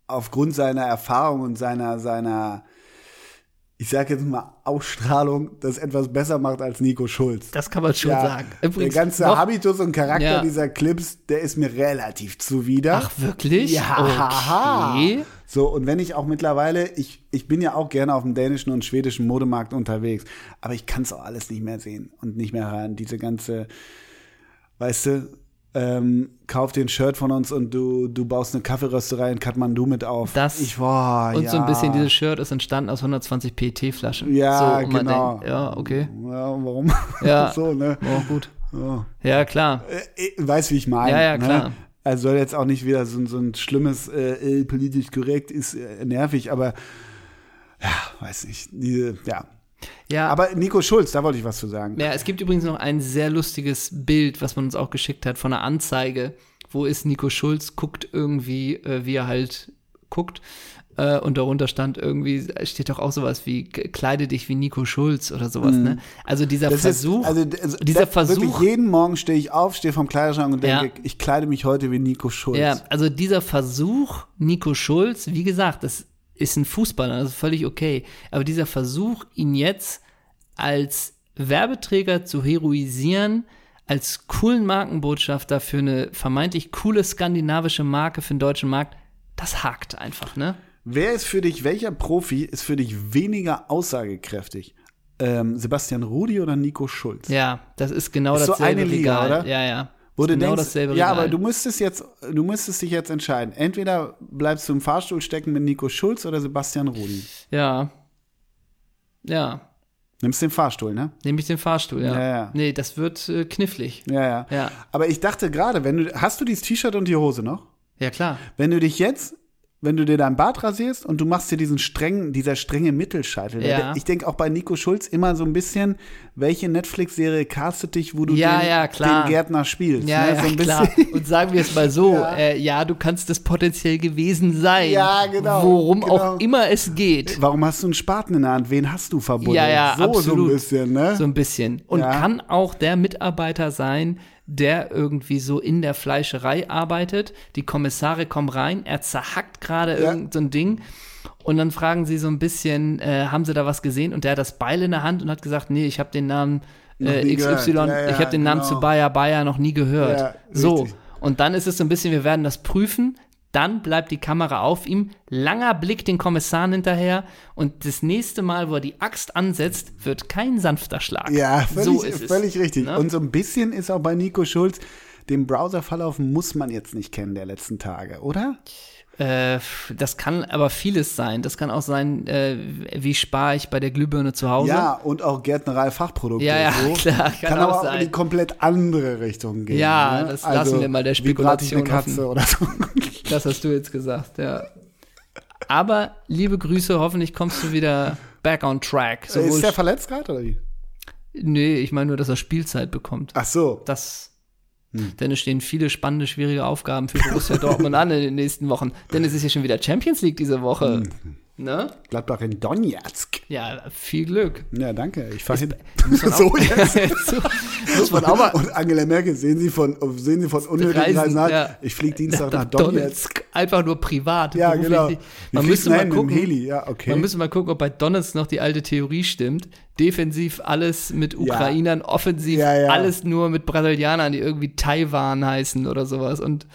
aufgrund seiner Erfahrung und seiner, seiner, ich sage jetzt mal, Ausstrahlung, das etwas besser macht als Nico Schulz.
Das kann man schon sagen.
der ganze
noch-
Habitus und Charakter
Ja.
dieser Clips, der ist mir relativ zuwider.
Ach, wirklich?
Ja.
Okay.
So, und wenn ich auch mittlerweile, ich, ich bin ja auch gerne auf dem dänischen und schwedischen Modemarkt unterwegs, aber ich kann es auch alles nicht mehr sehen und nicht mehr hören. Diese ganze, weißt du, ähm, kauf dir ein Shirt von uns und du, du baust eine Kaffeerösterei in Kathmandu mit auf.
Das
ich, boah,
Und
ja.
so ein bisschen dieses Shirt ist entstanden aus 120 PET-Flaschen.
Ja,
so, und
genau.
Man denkt, ja, okay.
Ja, warum?
Ja.
so, ne?
Oh, gut.
Ja.
Ja, klar.
Äh, ich weiß, wie ich meine.
Ja, ja, klar.
Ne? Also soll jetzt auch nicht wieder so, ein- so ein schlimmes äh, äh, politisch korrekt ist äh, nervig, aber ja, weiß nicht. Diese, ja.
Ja,
Aber Nico Schulz, da wollte ich was zu sagen.
Ah. ja, es gibt übrigens noch ein sehr lustiges Bild, was man uns auch geschickt hat von einer Anzeige. Wo ist Nico Schulz? Guckt irgendwie, äh, wie er halt guckt. Äh, und darunter stand irgendwie, steht doch auch sowas wie, k- kleide dich wie Nico Schulz oder sowas, ne? Also dieser
Mhm. Das
Versuch.
ist, also, d- also
dieser
da- Wirklich
Versuch-
jeden Morgen stehe ich auf, stehe vom Kleiderschrank und
Ja.
denke, ich kleide mich heute wie Nico Schulz.
Ja, also dieser Versuch, Nico Schulz, wie gesagt, das ist ein Fußballer, das ist völlig okay. Aber dieser Versuch, ihn jetzt als Werbeträger zu heroisieren, als coolen Markenbotschafter für eine vermeintlich coole skandinavische Marke für den deutschen Markt, das hakt einfach, ne?
Wer ist für dich, welcher Profi ist für dich weniger aussagekräftig? Ähm, Sebastian Rudi oder Nico Schulz?
Ja, das ist genau
Ist so
dasselbe
eine Liga,
Regal.
oder?
Ja, ja.
Wo
Ist
du
genau
denkst,
dasselbe
ja,
Regal.
aber du müsstest jetzt, du müsstest dich jetzt entscheiden. Entweder bleibst du im Fahrstuhl stecken mit Nico Schulz oder Sebastian Rudi.
Ja. Ja.
Nimmst den Fahrstuhl, ne?
Nehme ich den Fahrstuhl, ja.
Ja, ja.
Nee, das wird äh, knifflig.
Ja, ja.
Ja.
Aber ich dachte gerade, wenn du, hast du dieses T-Shirt und die Hose noch?
Ja, klar.
Wenn du dich jetzt, wenn du dir dein Bart rasierst und du machst dir diesen strengen, dieser strenge Mittelscheitel. ne?
Ja.
der- Ich denke auch bei Nico Schulz immer so ein bisschen, welche Netflix-Serie castet dich, wo du
Ja,
den,
ja, klar.
den Gärtner spielst.
Ja,
ne?
ja
so ein bisschen.
klar. Und sagen wir es mal so,
Ja.
ja. Äh, ja, du kannst es potenziell gewesen sein.
Ja, genau,
Worum
genau. Äh,
auch immer es geht.
Warum hast du einen Spaten in der Hand? Wen hast du verbunden?
Ja, ja,
so, so ein
absolut.
bisschen, ne?
So ein bisschen. Und
Ja.
kann auch der Mitarbeiter sein, der irgendwie so in der Fleischerei arbeitet. Die Kommissare kommen rein, er zerhackt gerade
Ja.
irgend so ein Ding. Und dann fragen sie so ein bisschen, äh, haben sie da was gesehen? Und der hat das Beil in der Hand und hat gesagt, nee, ich habe den Namen
Noch
äh,
nie
XY,
gehört. Ja, ja,
ich habe den Namen
genau.
zu Bayer Bayer noch nie gehört.
Ja,
so.
richtig.
Und dann ist es so ein bisschen, wir werden das prüfen. Dann bleibt die Kamera auf ihm, langer Blick den Kommissaren hinterher und das nächste Mal, wo er die Axt ansetzt, wird kein sanfter Schlag.
Ja, völlig,
so ist es.
völlig richtig.
Ne?
Und so ein bisschen ist auch bei Nico Schulz, den Browserverlauf muss man jetzt nicht kennen der letzten Tage, oder?
Äh, das kann aber vieles sein. Das kann auch sein, äh, wie spare ich bei der Glühbirne zu Hause.
Ja, und auch Gärtnerei-Fachprodukte.
Ja, ja,
so.
klar, kann
aber
auch
auch in
sein.
die komplett andere Richtung gehen.
Ja,
ne?
das lassen wir mal der
wie brate ich
Spekulation
eine Katze oder so.
Das hast du jetzt gesagt, ja. Aber liebe Grüße, hoffentlich kommst du wieder back on track.
Äh, Ist
Sowohl-
der verletzt gerade oder wie?
nee, ich meine nur, dass er Spielzeit bekommt.
Ach so.
Das.
Hm.
Denn es stehen viele spannende, schwierige Aufgaben für Borussia Dortmund an in den nächsten Wochen. Denn es ist ja schon wieder Champions League diese Woche.
Hm.
Ne?
Gladbach in Donetsk.
Ja, viel Glück.
Ja, danke. Ich fahre hin.
man auch-
So jetzt.
so, muss man auch mal.
Und Angela Merkel, sehen Sie von, sehen Sie von unnötigen
Reisen,
Reisen, an?
ja.
Ich fliege Dienstag
Nach
nach Donetsk.
Donetsk. Einfach nur privat.
Ja,
beruflich
genau.
nicht.
Wir
Man müsste
fliegen
mal
dahin mit dem
gucken.
Heli. Ja, okay.
Man müsste mal gucken, ob bei Donetsk noch die alte Theorie stimmt. Defensiv alles mit Ukrainern, offensiv
Ja, ja.
alles nur mit Brasilianern, die irgendwie Taiwan heißen oder sowas. Und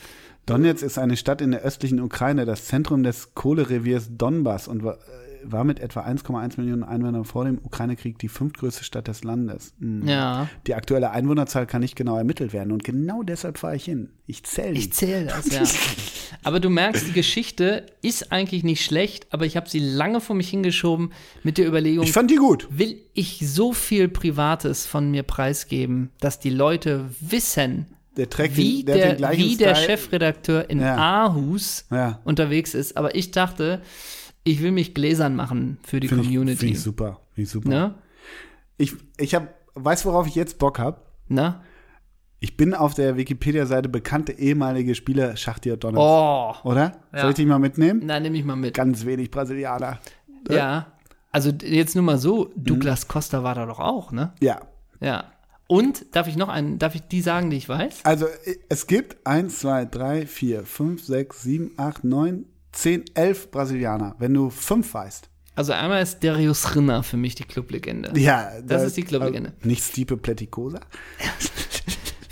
Donetsk ist eine Stadt in der östlichen Ukraine, das Zentrum des Kohlereviers Donbass und war, äh, war mit etwa 1,1 Millionen Einwohnern vor dem Ukraine-Krieg die fünftgrößte Stadt des Landes. Hm.
ja,
Die aktuelle Einwohnerzahl kann nicht genau ermittelt werden und genau deshalb fahre ich hin. Ich zähle
ich zähle das, ja. Aber du merkst, die Geschichte ist eigentlich nicht schlecht, aber ich habe sie lange vor mich hingeschoben mit der Überlegung,
Ich fand die gut.
will ich so viel Privates von mir preisgeben, dass die Leute wissen,
Der trägt
wie
den, der, hat
der,
den gleichen
wie der
Style.
Chefredakteur in
Ja.
Aarhus
Ja.
unterwegs ist. Aber ich dachte, ich will mich gläsern machen für die
Finde ich,
Community.
Finde ich super. Finde ich super.
ne?
Ich, ich hab, weiß, worauf ich jetzt Bock habe.
Ne?
Ich bin auf der Wikipedia-Seite bekannte ehemalige Spieler Schachtier Donetsk.
Oh,
Oder?
Ja.
Soll ich dich mal mitnehmen?
na, nehme ich mal mit.
Ganz wenig Brasilianer.
Ja. Also d- jetzt nur mal so,
Mhm.
Douglas Costa war da doch auch, ne?
Ja.
Ja. Und darf ich noch einen, darf ich die sagen, die ich weiß?
Also äh, es gibt 1, 2, 3, 4, 5, 6, 7, 8, 9, 10, 11 Brasilianer, wenn du 5 weißt.
Also einmal ist Darius Rinner für mich die Clublegende.
Ja, da-
ist die Clublegende.
äh, Nicht Stipe Pleticosa.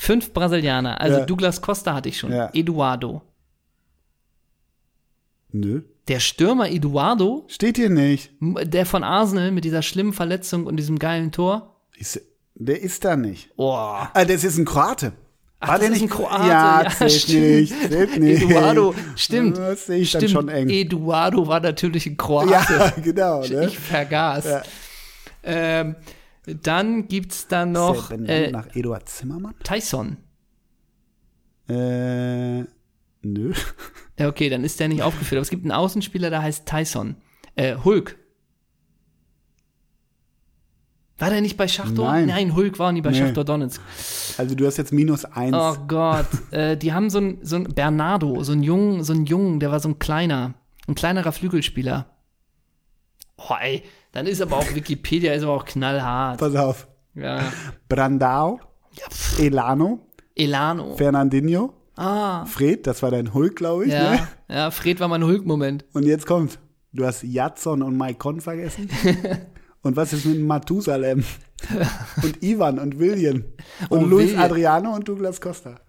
Fünf Brasilianer. Also
Ja.
Douglas Costa hatte ich schon.
Ja.
Eduardo.
Nö.
Der Stürmer Eduardo,
Steht hier nicht.
m- der von Arsenal mit dieser schlimmen Verletzung und diesem geilen Tor.
Ist, der ist da nicht.
Oh.
Ah, das ist ein Kroate.
Ach,
War
das
der
ist
nicht
ein Kroate.
Ja,
Ja,
zählt
stimmt.
nicht. Zählt nicht.
Eduardo, stimmt.
Das sehe ich
Stimmt,
dann schon eng.
Eduardo war natürlich ein Kroate.
ja, genau. Ne?
Ich vergaß. Ähm, dann gibt's da noch
Sehr benannt
äh,
nach Eduard Zimmermann?
Tyson.
Äh, nö.
Ja, okay, dann ist der nicht aufgeführt. Aber es gibt einen Außenspieler, der heißt Tyson. Äh, Hulk. War der nicht bei Schachtor?
Nein.
Hulk war nie bei
Nee.
Schachtor Donetsk.
Also du hast jetzt minus eins.
Oh Gott, äh, die haben so einen so einen Bernardo, so einen jungen, so einen jungen, der war so ein kleiner, ein kleinerer Flügelspieler. Oh, ey, dann ist aber auch Wikipedia ist aber auch knallhart.
Pass auf.
Ja.
Brandao, Elano,
Elano.
Fernandinho,
Ah.
Fred, das war dein Hulk, glaube ich. Ne?
Ja, ja, Fred war mein Hulk-Moment.
Und jetzt kommt, du hast Jatson und Maikon vergessen. und was ist mit Matusalem? und Ivan und William. Und
Oh,
Luis
Willian.
Adriano und Douglas Costa.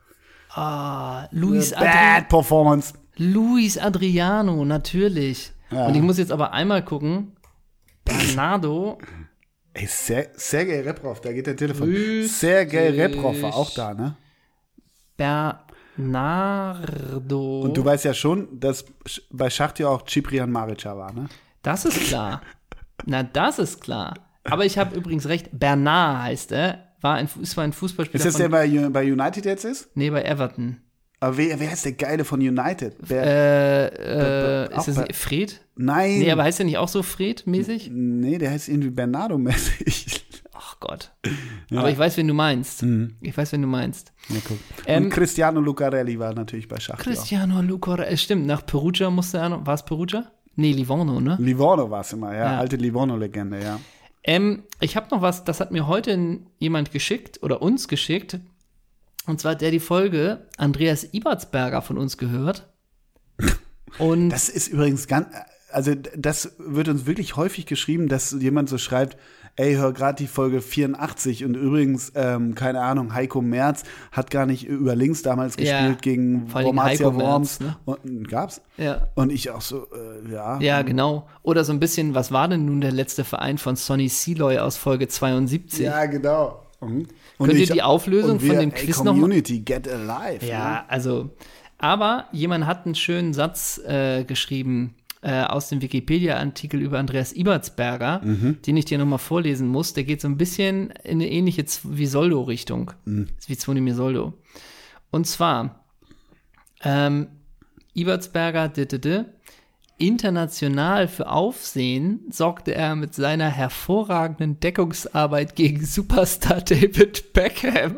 Ah, Luis, Adri
Bad Performance.
Luis Adriano, natürlich. Und ich muss jetzt aber einmal gucken. Bernardo,
Ey, Ser Sergei Reprov, da geht der Telefon.
Grüß
Sergei
dich.
Reprov war auch da, ne?
Bernardo.
Und du weißt ja schon, dass Sch- bei Schacht ja auch Ciprian Marica war, ne?
Das ist klar. Na, das ist klar. Aber ich habe übrigens recht. Bernard heißt er. War ein, Fu- ist war ein Fußballspieler.
Ist das
von,
der bei, Ju- bei United jetzt ist?
nee, bei Everton.
Aber wer, wer ist der Geile von United? Wer,
Äh,
Be-
äh,
be- auch
ist das
bei-
nicht Fred?
nein.
Nee, aber heißt er nicht auch so Fred-mäßig?
nee, der heißt irgendwie Bernardo-mäßig.
Ach Gott. Aber ich weiß, wen du meinst. Ich weiß, wen du meinst.
Mhm. Ja, guck.
Ähm,
und Cristiano Lucarelli war natürlich bei Schacht. Ja.
Cristiano Lucor, äh, stimmt, nach Perugia musste er noch. War es Perugia? Nee, Livorno, ne?
Livorno war es immer, ja.
Ja.
Alte Livorno-Legende, ja.
Ähm, ich habe noch was, das hat mir heute n- jemand geschickt oder uns geschickt. Und zwar hat der die Folge Andreas Ibertsberger von uns gehört. Und
Das ist übrigens ganz, also d- das wird uns wirklich häufig geschrieben, dass jemand so schreibt, ey, hör gerade die Folge 84 und übrigens, ähm, keine Ahnung, Heiko Merz hat gar nicht über links damals gespielt
Ja,
gegen
vor allen Dingen
Wormatia
Heiko
Worms.
Merz, ne?
Und, gab's?
ja,
Und ich auch so, äh, ja.
ja, genau. Oder so ein bisschen, was war denn nun der letzte Verein von Sonny Seloy aus Folge 72?
Ja, genau. Mhm. Und
Könnt ihr die Auflösung
und
von
wir,
dem
ey,
Quiz noch mal-
Community, get alive. Ne?
Ja, also, aber jemand hat einen schönen Satz äh, geschrieben äh, aus dem Wikipedia-Artikel über Andreas Ibertsberger, den ich dir nochmal vorlesen muss. Der geht so ein bisschen in eine ähnliche Z- wie Soldo-Richtung, wie Zvonimir Soldo. Und zwar, ähm, Ibertsberger, d -d -d, International für Aufsehen sorgte er mit seiner hervorragenden Deckungsarbeit gegen Superstar David Beckham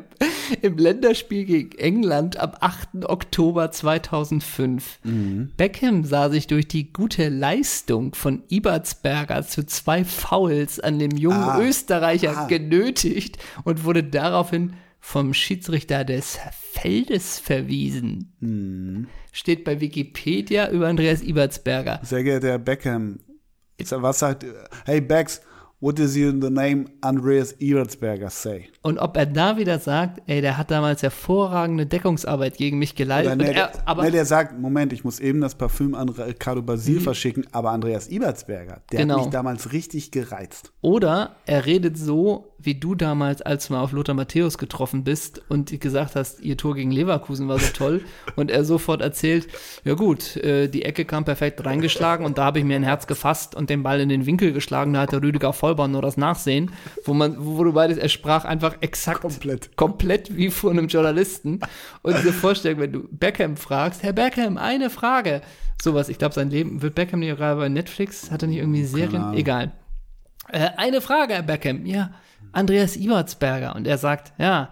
im Länderspiel gegen England am 8. Oktober 2005.
Mhm.
Beckham sah sich durch die gute Leistung von Ibertsberger zu zwei Fouls an dem jungen
Ah.
Österreicher
Ah.
genötigt und wurde daraufhin vom Schiedsrichter des Feldes verwiesen steht bei Wikipedia über Andreas Ibertsberger.
Sehr geehrter Herr Beckham, was sagt, hey Becks, what does you in the name Andreas Ebertsberger say?
Und ob er da wieder sagt, ey, der hat damals hervorragende Deckungsarbeit gegen mich
Oder
geleistet.
nee,
und er, aber Mhm.
nee, der sagt, Moment, ich muss eben das Parfüm an Ricardo Basil verschicken, aber Andreas Ebertsberger, der
Genau.
hat mich damals richtig gereizt.
Oder er redet so, wie du damals, als du mal auf Lothar Matthäus getroffen bist und gesagt hast, ihr Tor gegen Leverkusen war so toll. und er sofort erzählt, ja gut, äh, die Ecke kam perfekt reingeschlagen und da habe ich mir ein Herz gefasst und den Ball in den Winkel geschlagen. Da hatte Rüdiger Vollborn nur das Nachsehen, wo man, wo du beides, er sprach einfach exakt
Komplett.
komplett wie von einem Journalisten. Und diese Vorstellung, wenn du Beckham fragst, Herr Beckham, eine Frage. Sowas, ich glaube, sein Leben, wird Beckham nicht gerade bei Netflix? Hat er nicht irgendwie Serien?
Ahnung.
Egal. Äh, eine Frage, Herr Beckham. Ja, Andreas Ibertsberger. Und er sagt, ja,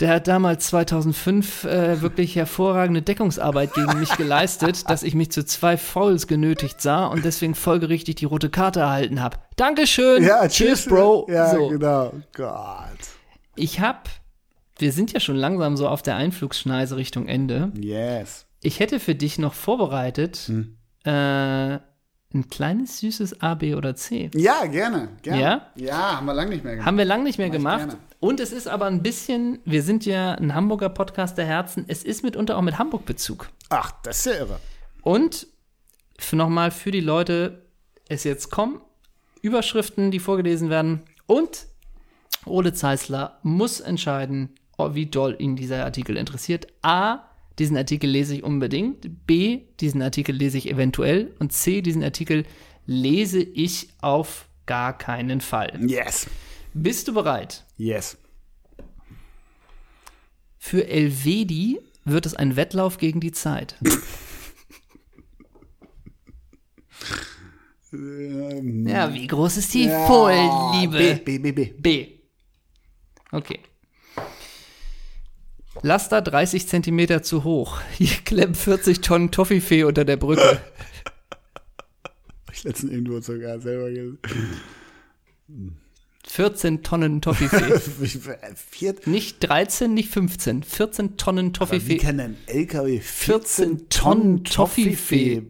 der hat damals 2005 äh, wirklich hervorragende Deckungsarbeit gegen mich geleistet, dass ich mich zu zwei Fouls genötigt sah und deswegen folgerichtig die rote Karte erhalten habe. Dankeschön. Cheers, Bro.
Ja,
so.
genau. Gott.
Ich hab, wir sind ja schon langsam so auf der Einflugsschneise Richtung Ende.
Yes.
Ich hätte für dich noch vorbereitet
Hm.
äh, ein kleines süßes A, B oder C.
Ja, gerne. gerne.
Ja?
Ja, haben wir lange nicht mehr gemacht.
Haben wir lang nicht mehr
Mach ich
gemacht.
gerne.
Und es ist aber ein bisschen, wir sind ja ein Hamburger Podcast der Herzen, es ist mitunter auch mit Hamburg-Bezug.
Ach, das ist ja irre.
Und nochmal für die Leute, es jetzt kommen, Überschriften, die vorgelesen werden. Und Ole Zeisler muss entscheiden, oh, wie doll ihn dieser Artikel interessiert. A, diesen Artikel lese ich unbedingt. B, diesen Artikel lese ich eventuell. Und C, diesen Artikel lese ich auf gar keinen Fall.
Yes.
Bist du bereit?
Yes.
Für Elvedi wird es ein Wettlauf gegen die Zeit. Äh,
Ähm,
Ja, wie groß ist die
ja,
Vorliebe?
B, B, B, B.
B. Okay. Laster 30 Zentimeter zu hoch. Hier klemmt 40 Tonnen Toffifee unter der Brücke.
Hab ich letztens irgendwo sogar selber gelesen.
14 Tonnen Toffifee.
Vier-
nicht 13, nicht 15. 14 Tonnen
Wie
Toffifee.
kann ein LKW
14 Tonnen
14 Tonnen
Toffifee
Toffifee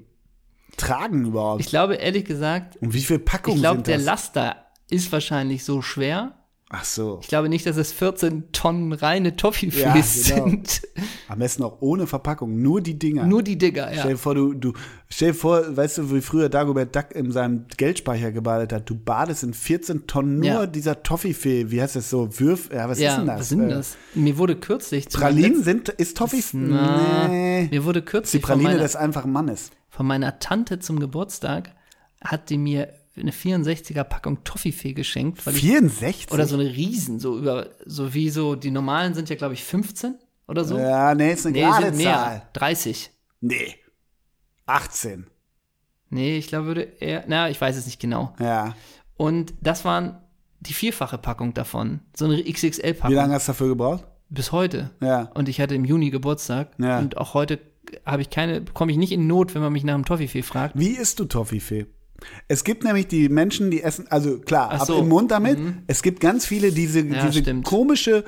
tragen überhaupt?
Ich glaube, ehrlich gesagt,
Und wie viel
ich
Packungen
glaube,
sind
der
das?
Laster ist wahrscheinlich so schwer.
Ach so.
Ich glaube nicht, dass es 14 Tonnen reine Toffifee
Ja, genau.
sind.
Am besten auch ohne Verpackung, nur die Dinger.
Nur die Digger, ja.
Stell dir vor, du, du, stell dir vor, weißt du, wie früher Dagobert Duck in seinem Geldspeicher gebadet hat. Du badest in 14 Tonnen nur
Ja.
dieser Toffifee. Wie heißt das so? Würf, ja, was
ja,
ist denn das?
was sind
Äh,
das? Mir wurde kürzlich zu meinem
Pralinen sind, ist Toffifee?
Na,
Nee.
Mir wurde
Ist die
kürzlich von
Praline
meiner,
des einfachen Mannes.
von meiner Tante zum Geburtstag, hat die mir eine 64er Packung Toffifee geschenkt. Weil ich,
64?
oder so eine Riesen, so über, so wie so, die normalen sind ja, glaube ich, 15 oder so.
Ja, nee, ist eine
nee,
gerade
sind
Zahl.
mehr. 30.
Nee. 18.
Nee, ich glaube, würde eher, na, ich weiß es nicht genau.
Ja.
Und das waren die vierfache Packung davon. So eine
Wie
XXL-Packung.
lange hast du dafür gebraucht?
Bis heute.
Ja.
Und ich hatte im Juni Geburtstag.
Ja.
Und auch heute habe ich keine, komme ich nicht in Not, wenn man mich nach dem Toffifee fragt.
Wie isst du Toffifee? Es gibt nämlich die Menschen, die essen, also klar,
Ach
ab
so. Mhm.
im Mund damit. Es gibt ganz viele, die diese,
Ja,
diese
stimmt.
komische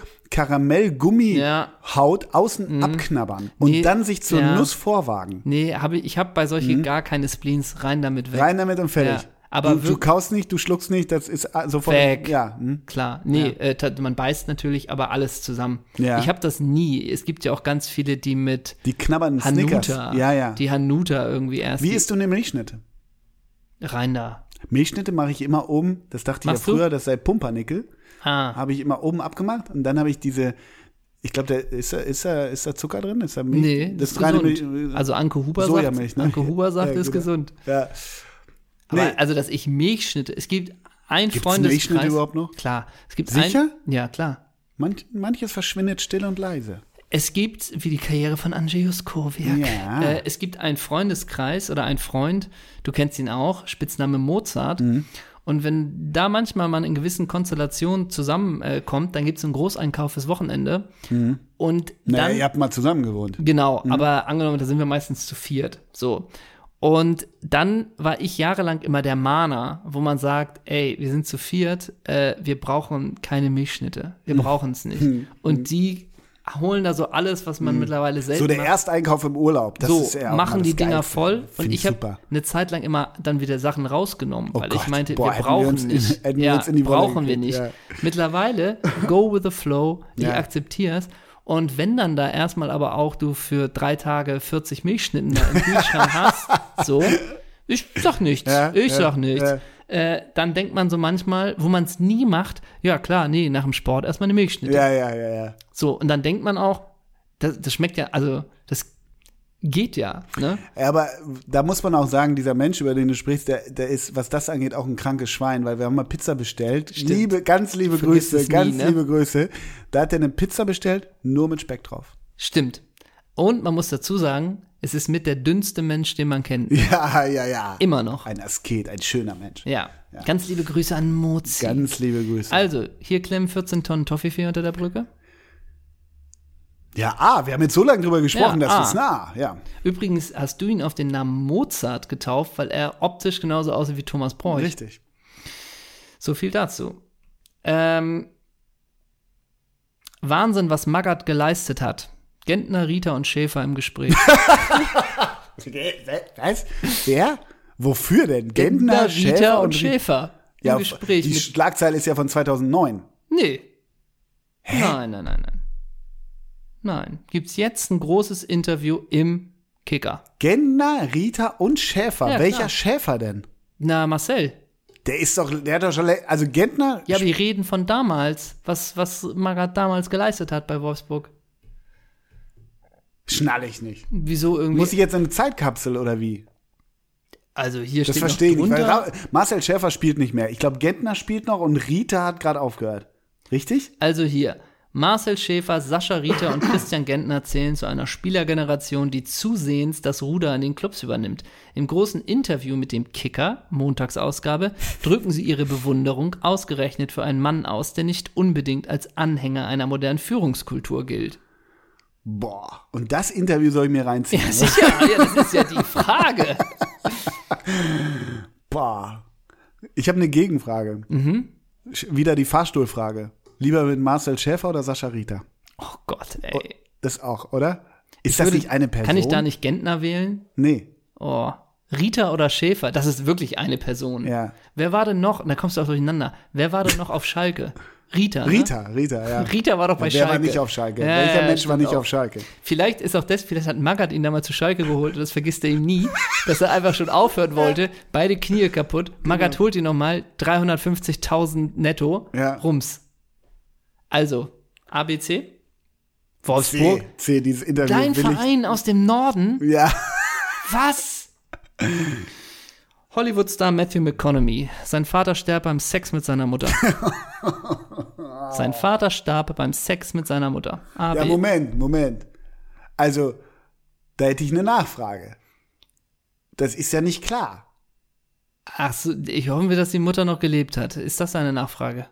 Ja. Mhm.
Karamell-Gummi-Haut außen abknabbern und
Nee,
dann sich zur
ja.
Nuss vorwagen.
Nee, hab ich, ich habe bei solchen gar keine Spleens rein damit weg.
Mhm. Rein damit und fertig.
Ja, aber
du, du
wirk-
kaust nicht, du schluckst nicht, das ist ah, sofort.
Weg.
Ja, hm.
Klar, nee, äh, ta- man beißt natürlich, aber alles zusammen.
Ja.
Ich habe das nie. Es gibt ja auch ganz viele, die mit
die knabbern
Hanuta,
Snickers. Ja, ja.
die Hanuta irgendwie erst
Wie
die-
isst du eine Milchschnitte?
rein da.
Milchschnitte mache ich immer oben, das dachte
Machst
ich ja
du?
früher, das sei Pumpernickel.
Ah,
habe ich immer oben abgemacht und dann habe ich diese, ich glaube, da ist da, ist, da, ist da Zucker drin? Ist da Milch?
nee, das ist
reine
gesund.
Milch- äh,
also Anke Huber
Sojamilch,
sagt,
ne?
Anke Huber sagt,
Ja,
ist
genau.
gesund.
ja.
Aber
Nee.
also, dass ich Milchschnitte, es gibt ein
Gibt's
Freundeskreis.
Milchschnitte überhaupt noch?
Klar, es gibt
Sicher?
ein, ja klar.
Manch, manches verschwindet still und leise.
Es gibt, wie die Karriere von Andrzej Juskowiak,
Ja.
äh, es gibt einen Freundeskreis oder einen Freund, du kennst ihn auch, Spitzname Mozart.
Mhm.
Und wenn da manchmal man in gewissen Konstellationen zusammenkommt, dann gibt es einen Großeinkauf fürs Wochenende. Und
Mhm. Naja,
dann
ihr habt mal zusammen gewohnt.
Genau,
Mhm.
aber angenommen, da sind wir meistens zu viert. So. Und dann war ich jahrelang immer der Mahner, wo man sagt, ey, wir sind zu viert, äh, wir brauchen keine Milchschnitte. Wir brauchen es nicht.
Mhm.
Und die holen da so alles, was man mittlerweile selten
So der
macht.
Ersteinkauf im Urlaub. Das
so,
ist ja auch
machen
mal
die
das
Dinger
Geilste.
voll. Und
Find
ich habe
super. Oh
eine Zeit lang immer dann wieder Sachen rausgenommen, weil ich
Gott,
meinte,
boah,
wir
hätten wir
brauchen
uns-
nicht.
hätten wir uns in die Wolle
brauchen wir nicht.
gekriegt,
Mittlerweile, go with the flow, ich
Ja.
akzeptier's. Und wenn dann da erstmal aber auch du für drei Tage 40 Milchschnitten da im Kühlschrank hast, so, ich sag nichts,
Ja,
ich
ja,
sag nichts.
ja.
Äh, dann denkt man so manchmal, wo man es nie macht, ja klar, nee, nach dem Sport erstmal eine Milchschnitte.
Ja, ja, ja, ja.
So, und dann denkt man auch, das, das schmeckt ja, also das geht ja, ne?
Ja, Aber da muss man auch sagen, dieser Mensch, über den du sprichst, der, der ist, was das angeht, auch ein krankes Schwein, weil wir haben mal Pizza bestellt.
Stimmt.
Liebe, ganz liebe
Vergiss
Grüße,
es nie,
ganz
ne?
liebe Grüße. Da hat er eine Pizza bestellt, nur mit Speck drauf.
Stimmt. Und man muss dazu sagen, es ist mit der dünnste Mensch, den man kennt.
Ja, ja, ja.
Immer noch.
Ein Asket, ein schöner Mensch.
Ja. Ganz liebe Grüße an Mozi.
Ganz liebe Grüße.
also, hier klemmen 14 Tonnen Toffifee unter der Brücke.
ja, ah, wir haben jetzt so lange drüber gesprochen,
Ja,
dass
ah.
es nah, ja.
Übrigens hast du ihn auf den Namen Mozart getauft, weil er optisch genauso aussieht wie Thomas Preuß.
Richtig.
So viel dazu. Ähm, Wahnsinn, was Magath geleistet hat. Gentner, Rita und Schäfer im Gespräch.
Was? Wer? Wofür denn? Gentner,
Gentner, Rita
Schäfer
und,
und
Schäfer im
Ja,
Gespräch.
die
Mit,
Schlagzeile ist ja von 2009.
nee. Nein, nein, nein, nein. Nein. Gibt's jetzt ein großes Interview im Kicker?
Gentner, Rita und Schäfer.
Ja,
Welcher
klar.
Schäfer denn?
Na, Marcel.
Der ist doch, der hat doch schon, lä- also Gentner,
Ja, aber die reden von damals, was, was Magath damals geleistet hat bei Wolfsburg.
schnall ich nicht.
Wieso irgendwie?
Muss ich jetzt in eine Zeitkapsel oder wie?
also hier
Das
steht noch
verstehe ich nicht. Weil
drunter.
Ra Marcel Schäfer spielt nicht mehr. Ich glaube, Gentner spielt noch und Rita hat gerade aufgehört. Richtig?
Also hier. Marcel Schäfer, Sascha Rieter und Christian Gentner zählen zu einer Spielergeneration, die zusehends das Ruder an den Clubs übernimmt. Im großen Interview mit dem Kicker, Montagsausgabe, drücken sie ihre Bewunderung ausgerechnet für einen Mann aus, der nicht unbedingt als Anhänger einer modernen Führungskultur gilt.
Boah. Und das Interview soll ich mir reinziehen.
Ja, sicher, ja, das ist ja die Frage.
Boah. Ich habe eine Gegenfrage.
Mhm.
Sch- Wieder die Fahrstuhlfrage. Lieber mit Marcel Schäfer oder Sascha Rita?
Oh Gott, ey.
Das auch, oder? Ist das
würde-
nicht eine Person?
Kann ich da nicht Gentner wählen?
Nee.
Oh. Rita oder Schäfer, das ist wirklich eine Person.
Ja.
Wer war denn noch, da kommst du auch durcheinander, wer war denn noch auf Schalke? Rita. ne?
Rita, Rita, ja.
Rita war doch bei
Wer
Schalke.
war nicht auf Schalke?
Ja,
Welcher
ja,
Mensch war
stimmt
nicht
auch.
auf Schalke?
Vielleicht ist auch das, vielleicht hat Magath ihn damals zu Schalke geholt und das vergisst er ihm nie, dass er einfach schon aufhören wollte. Beide Knie kaputt. Magath holt ihn nochmal 350.000 netto.
Ja.
Rums. Also, ABC. Wolfsburg.
C, C, dieses Interview
Dein
will
Verein aus dem Norden.
ich. Ja.
Was? Hollywood-Star Matthew McConaughey. Sein Vater starb beim Sex mit seiner Mutter. Sein Vater starb beim Sex mit seiner Mutter. Ah, AB.
Ja, Moment, Moment. Also, da hätte ich eine Nachfrage. Das ist ja nicht klar.
Ach so, ich hoffe, dass die Mutter noch gelebt hat. Ist das deine Nachfrage?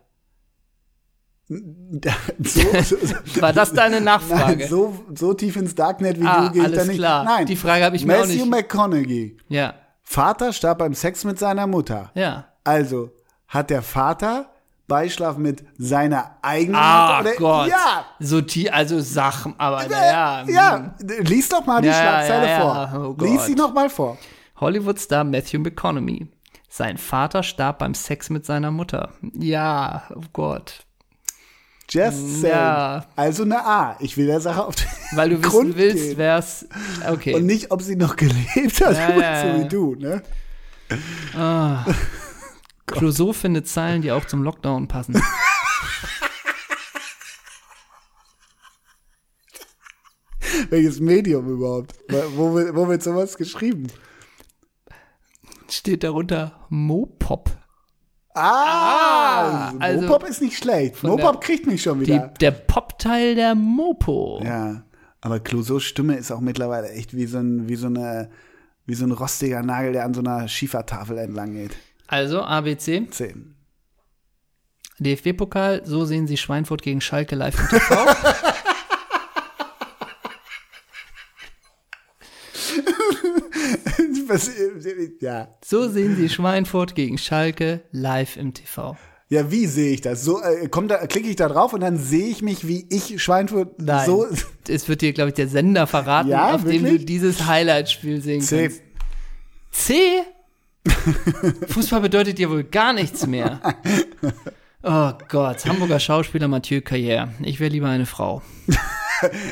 Da- So, so, so,
War das deine Nachfrage?
nein, so, so tief ins Darknet wie
Ah,
du gehe ich
alles
da nicht.
klar.
Nein,
Die Frage habe ich mir auch
Matthew
nicht-
McConaughey.
Ja,
Vater starb beim Sex mit seiner Mutter.
ja.
Also, hat der Vater Beischlaf mit seiner eigenen
Ah,
Mutter? oder-
Gott.
Ja,
So tie also Sachen, aber
ja,
naja. hm.
ja. Lies doch mal die
Ja, ja,
Schlagzeile
ja, ja.
vor.
Oh Gott.
Lies sie noch mal vor.
Hollywood-Star Matthew McConaughey. Sein Vater starb beim Sex mit seiner Mutter. Ja, oh Gott.
Just saying.
Mm, Ja.
Also eine A. Ich will der Sache auf den
Weil du wissen
Grund
willst,
gehen.
wer's. Okay.
Und nicht, ob sie noch gelebt hat,
Ja, ja, ja.
so wie du, ne?
Clouseau findet Zeilen, die auch zum Lockdown passen.
Welches Medium überhaupt? Wo, wird- wo wird sowas geschrieben?
Steht darunter Mopop.
Ah!
also-
Mopop ist nicht schlecht.
Von
Mopop
der-
kriegt mich schon
Die,
wieder.
der Pop-Teil der Mopo.
ja. Aber Clouseaus Stimme ist auch mittlerweile echt wie so ein, wie so eine, wie so ein rostiger Nagel, der an so einer Schiefertafel entlang geht.
Also ABC,
Zehn.
DFB-Pokal, so sehen Sie Schweinfurt gegen Schalke live im TV.
Was, ja.
So sehen Sie Schweinfurt gegen Schalke live im TV.
Ja, wie sehe ich das? So, äh, komm, da klicke ich da drauf und dann sehe ich mich, wie ich Schweinfurt
Nein.
so.
Es wird dir, glaube ich, der Sender verraten,
Ja,
auf dem du
wirklich?
dieses Highlight-Spiel sehen
Zehn.
kannst. C? Fußball bedeutet dir wohl gar nichts mehr. Oh Gott, Hamburger Schauspieler Mathieu Carrière. Ich wäre lieber eine Frau.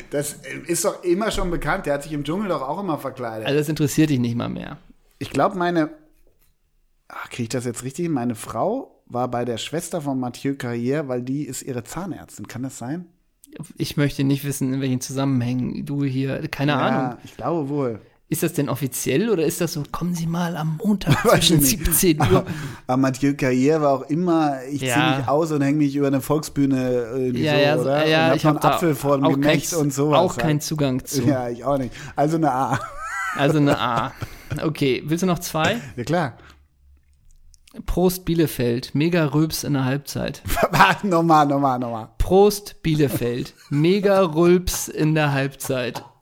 Das äh, ist doch immer schon bekannt. Der hat sich im Dschungel doch auch immer verkleidet.
Also das interessiert dich nicht mal mehr.
Ich glaube, meine. Ach, kriege ich das jetzt richtig? hin? Meine Frau war bei der Schwester von Mathieu Carrière, weil die ist ihre Zahnärztin. Kann das sein?
Ich möchte nicht wissen, in welchen Zusammenhängen du hier, keine Ahnung.
Ja, ich glaube wohl.
Ist das denn offiziell oder ist das so, kommen Sie mal am Montag zwischen 17 Uhr?
Aber Mathieu Carrière war auch immer, ich
Ja.
zieh mich aus und hänge mich über eine Volksbühne äh, irgendwie
Ja,
so,
ja, so,
oder?
ja,
und
ich habe
hab noch einen Apfel vor dem Gemächt und sowas. halt.
Auch keinen Zugang zu.
Ja, ich auch nicht. Also eine A.
Also eine A. Okay, willst du noch zwei?
Ja, klar.
Prost Bielefeld, mega Rülps in der Halbzeit.
Warte, nochmal, nochmal, nochmal.
Prost Bielefeld, mega Rülps in der Halbzeit.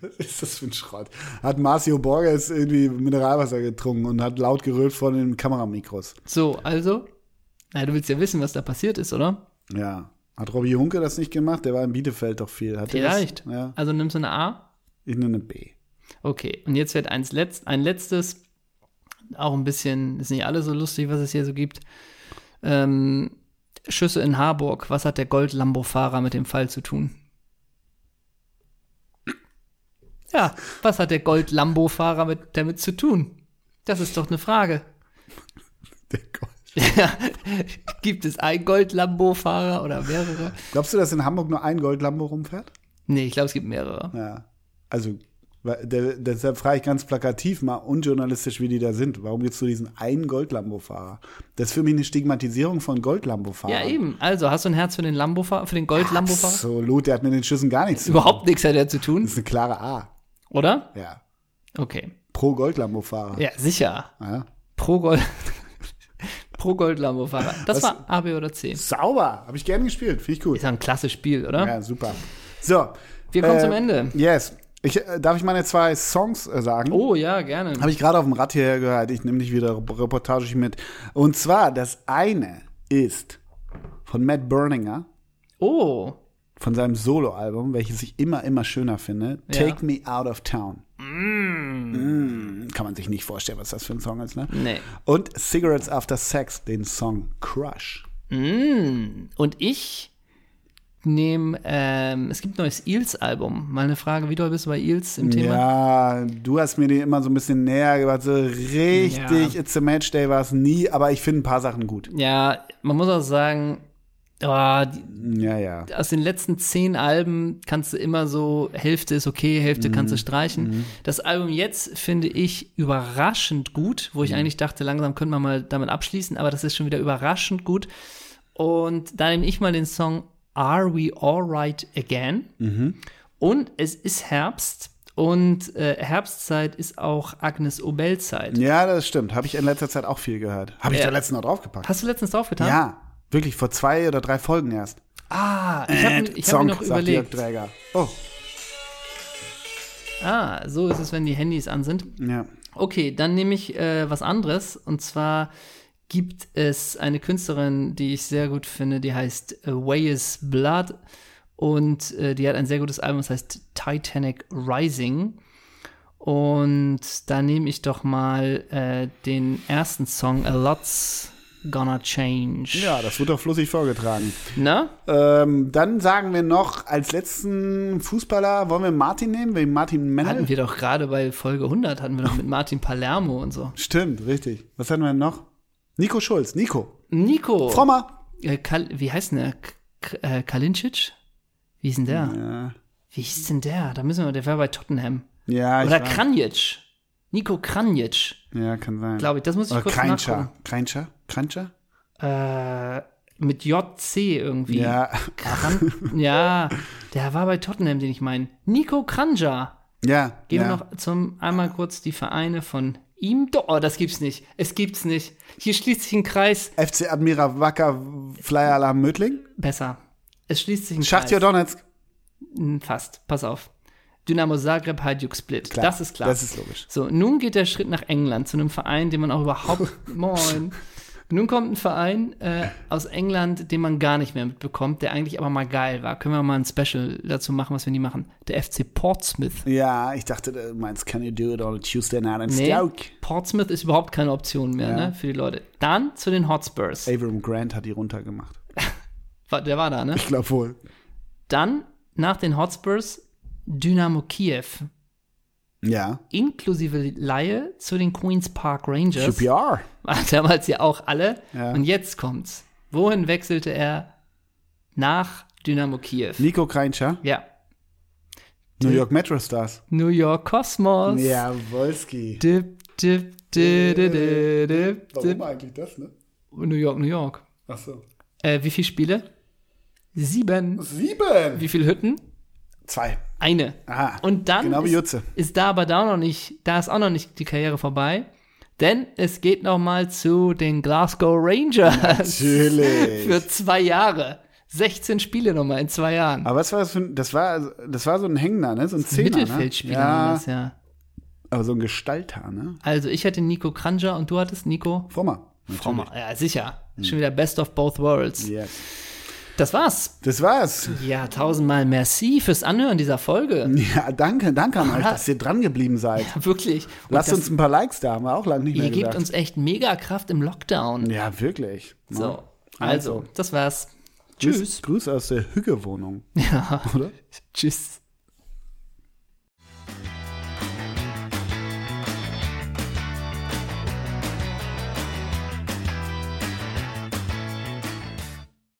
Was ist das für ein Schrott? Hat Marcio Borges irgendwie Mineralwasser getrunken und hat laut gerölt vor den Kameramikros.
So, also, na, du willst ja wissen, was da passiert ist, oder?
Ja. Hat Robby Hunke das nicht gemacht? Der war in Bielefeld doch viel. Hat der
Vielleicht.
Das? Ja.
Also nimmst du eine A?
Ich nehme eine B.
Okay, und jetzt wird eins letzt, ein letztes, auch ein bisschen, ist nicht alles so lustig, was es hier so gibt. Ähm, Schüsse in Harburg, was hat der Gold-Lambo-Fahrer mit dem Fall zu tun? Ja, was hat der Gold-Lambo-Fahrer mit, damit zu tun? Das ist doch eine Frage.
Der Gold.
gibt es einen Gold-Lambo-Fahrer oder mehrere?
Glaubst du, dass in Hamburg nur ein Goldlambo rumfährt?
Nee, ich glaube, es gibt mehrere.
Ja. Also, weil- de- deshalb frage ich ganz plakativ mal unjournalistisch, wie die da sind. Warum gibt es nur diesen einen Goldlambo-Fahrer? Das ist für mich eine Stigmatisierung von Goldlambo-Fahrern.
Ja, eben. Also, hast du ein Herz für den Lambo-Fahrer, für den Gold-Lambo-Fahrer?
Absolut, der hat mit den Schüssen gar nichts zu tun.
Überhaupt nichts hat er zu tun,
Das ist eine klare A.
oder?
Ja.
Okay.
Pro Goldlambo-Fahrer.
Ja, sicher.
Ah, Ja.
Pro Gold. Pro Gold Lambo-Fahrer. Das war A, B oder C. Ist
Sauber, habe ich gern gespielt, finde ich gut.
ja ein klasse Spiel, oder?
Ja, Ähm. super. So. äh,
Wir kommen zum Ende.
Yes. Ich, äh, darf ich meine zwei Songs äh, sagen?
Oh ja, gerne.
Habe ich gerade auf dem Rad hierher gehört. Ich nehme dich wieder reportagisch mit. Und zwar, das eine ist von Matt Berninger,
Oh.
von seinem Soloalbum, welches ich immer, immer schöner finde.
Ja.
Take Me Out of Town. Mm, Kann man sich nicht vorstellen, was das für ein Song ist, ne?
Nee.
Und Cigarettes After Sex, den Song Crush.
Mm. Und ich nehme, ähm, es gibt ein neues Eels-Album. Mal eine Frage, wie doll bist du bei Eels im Thema?
Ja, du hast mir die immer so ein bisschen näher gebracht. So richtig,
Ja.
It's a Match Day war es nie, aber ich finde ein paar Sachen gut.
Ja, man muss auch sagen, oh, die,
Ja, ja.
aus den letzten zehn Alben kannst du immer so, Hälfte ist okay, Hälfte kannst
Mhm.
du streichen. Das Album jetzt finde ich überraschend gut, wo ich
Mhm.
eigentlich dachte, langsam können wir mal damit abschließen, aber das ist schon wieder überraschend gut. Und da nehme ich mal den Song Are We Alright Again?
Mhm.
Und es ist Herbst und äh, Herbstzeit ist auch Agnes Obel Zeit.
Ja, das stimmt. Habe ich in letzter Zeit auch viel gehört. Habe ich
Ja.
da letztens noch draufgepackt.
Hast du letztens draufgetan?
Ja, wirklich vor zwei oder drei Folgen erst.
Ah, ich habe ich hab mir noch
Äh, sagt Jörg
überlegt.
Dräger. Oh,
Ah, so ist es, wenn die Handys an sind.
ja.
Okay, dann nehme ich äh, was anderes. Und zwar gibt es eine Künstlerin, die ich sehr gut finde, die heißt äh, Wayes Blood. Und äh, die hat ein sehr gutes Album, das heißt Titanic Rising. Und da nehme ich doch mal äh, den ersten Song, A Lot's Gonna Change.
Ja, das wird doch flüssig vorgetragen.
Na?
Ähm, dann sagen wir noch als letzten Fußballer, wollen wir Martin nehmen? Wegen Martin Mennel?
Hatten wir doch gerade bei Folge 100, hatten wir doch mit Martin Palermo und so.
Stimmt, richtig. Was hatten wir denn noch? Nico Schulz, Nico.
Nico!
Frommer.
Äh, Kal wie heißt denn der? K K äh, Kalincic? Wie ist denn der?
Ja,
Wie hieß denn der? Da müssen wir, der war bei Tottenham.
ja ich
Oder
weiß.
Kranjic. Nico Kranjic,
Ja, kann sein.
glaube ich. Das muss ich
Oder
kurz
Kreinscher.
nachgucken.
Kreinscher? Kreinscher?
Äh, mit JC irgendwie.
Ja,
Kran ja, der war bei Tottenham, den ich meine. Nico Kranja.
ja.
Gehen
ja.
wir noch zum einmal kurz die Vereine von ihm. Do- Oh, das gibt's nicht. Es gibt's nicht. Hier schließt sich ein Kreis.
FC Admira Wacker Flyer Alarm Mödling.
Besser. Es schließt sich ein
Schachtja
Kreis.
Donetsk.
Hm, Fast. Pass auf. Dynamo Zagreb, Hajduk Split.
Klar.
Das ist klar.
Das ist logisch.
So, nun geht der Schritt nach England zu einem Verein, den man auch überhaupt. Moin. Nun kommt ein Verein äh, aus England, den man gar nicht mehr mitbekommt, der eigentlich aber mal geil war. Können wir mal ein Special dazu machen, was wir nie machen? Der FC Portsmouth.
Ja, ich dachte, du meinst, can you do it on a Tuesday night in
Nee,
Stoke?
Portsmouth ist überhaupt keine Option mehr
Ja.
ne, für die Leute. Dann zu den Hotspurs.
Avram Grant hat die runtergemacht.
War- Der war da, ne?
Ich glaube wohl.
Dann nach den Hotspurs Dynamo Kiew,
Ja.
inklusive Laie zu den Queen's Park Rangers.
QPR.
Waren damals ja auch alle.
Ja.
Und jetzt kommt's. Wohin wechselte er nach Dynamo Kiew?
Nico Kreinscher.
ja.
New York Metro Stars.
New York Cosmos.
Wolski.
Dip, dip, dip, dip, dip, dip, dip.
eigentlich das, ne?
New York, New York.
Achso.
Äh, wie viele Spiele? Sieben.
Sieben.
Wie viele Hütten?
Zwei.
Eine.
Aha.
Und dann
Genau wie
ist,
Jutze.
ist da aber da auch noch nicht, da ist auch noch nicht die Karriere vorbei. Denn es geht noch mal zu den Glasgow Rangers
Natürlich.
für zwei Jahre. 16 Spiele noch mal in zwei Jahren.
Aber was war das für ein, das war, das war so ein Hängner, ne? So ein Zehner,
Mittelfeldspieler
ne?
waren
Ja,
das, ja.
aber so ein Gestalter, ne?
Also ich hatte Nico Kranja und du hattest Nico
Frommer.
Frommer. Ja, sicher. Schon wieder Best of Both Worlds.
Hm. Ja.
Das war's.
Das war's.
Ja, tausendmal merci fürs Anhören dieser Folge.
Ja, danke, danke an euch, dass ihr dran geblieben seid.
Wirklich. Und
Lasst
das-
uns ein paar Likes da, haben wir auch lange nicht mehr
Ihr gebt
gesagt.
uns echt mega Kraft im Lockdown.
ja, wirklich.
So, also,
Also.
das war's.
Grüß,
Tschüss.
Grüß aus der Hügge-Wohnung.
Ja.
Oder?
Tschüss.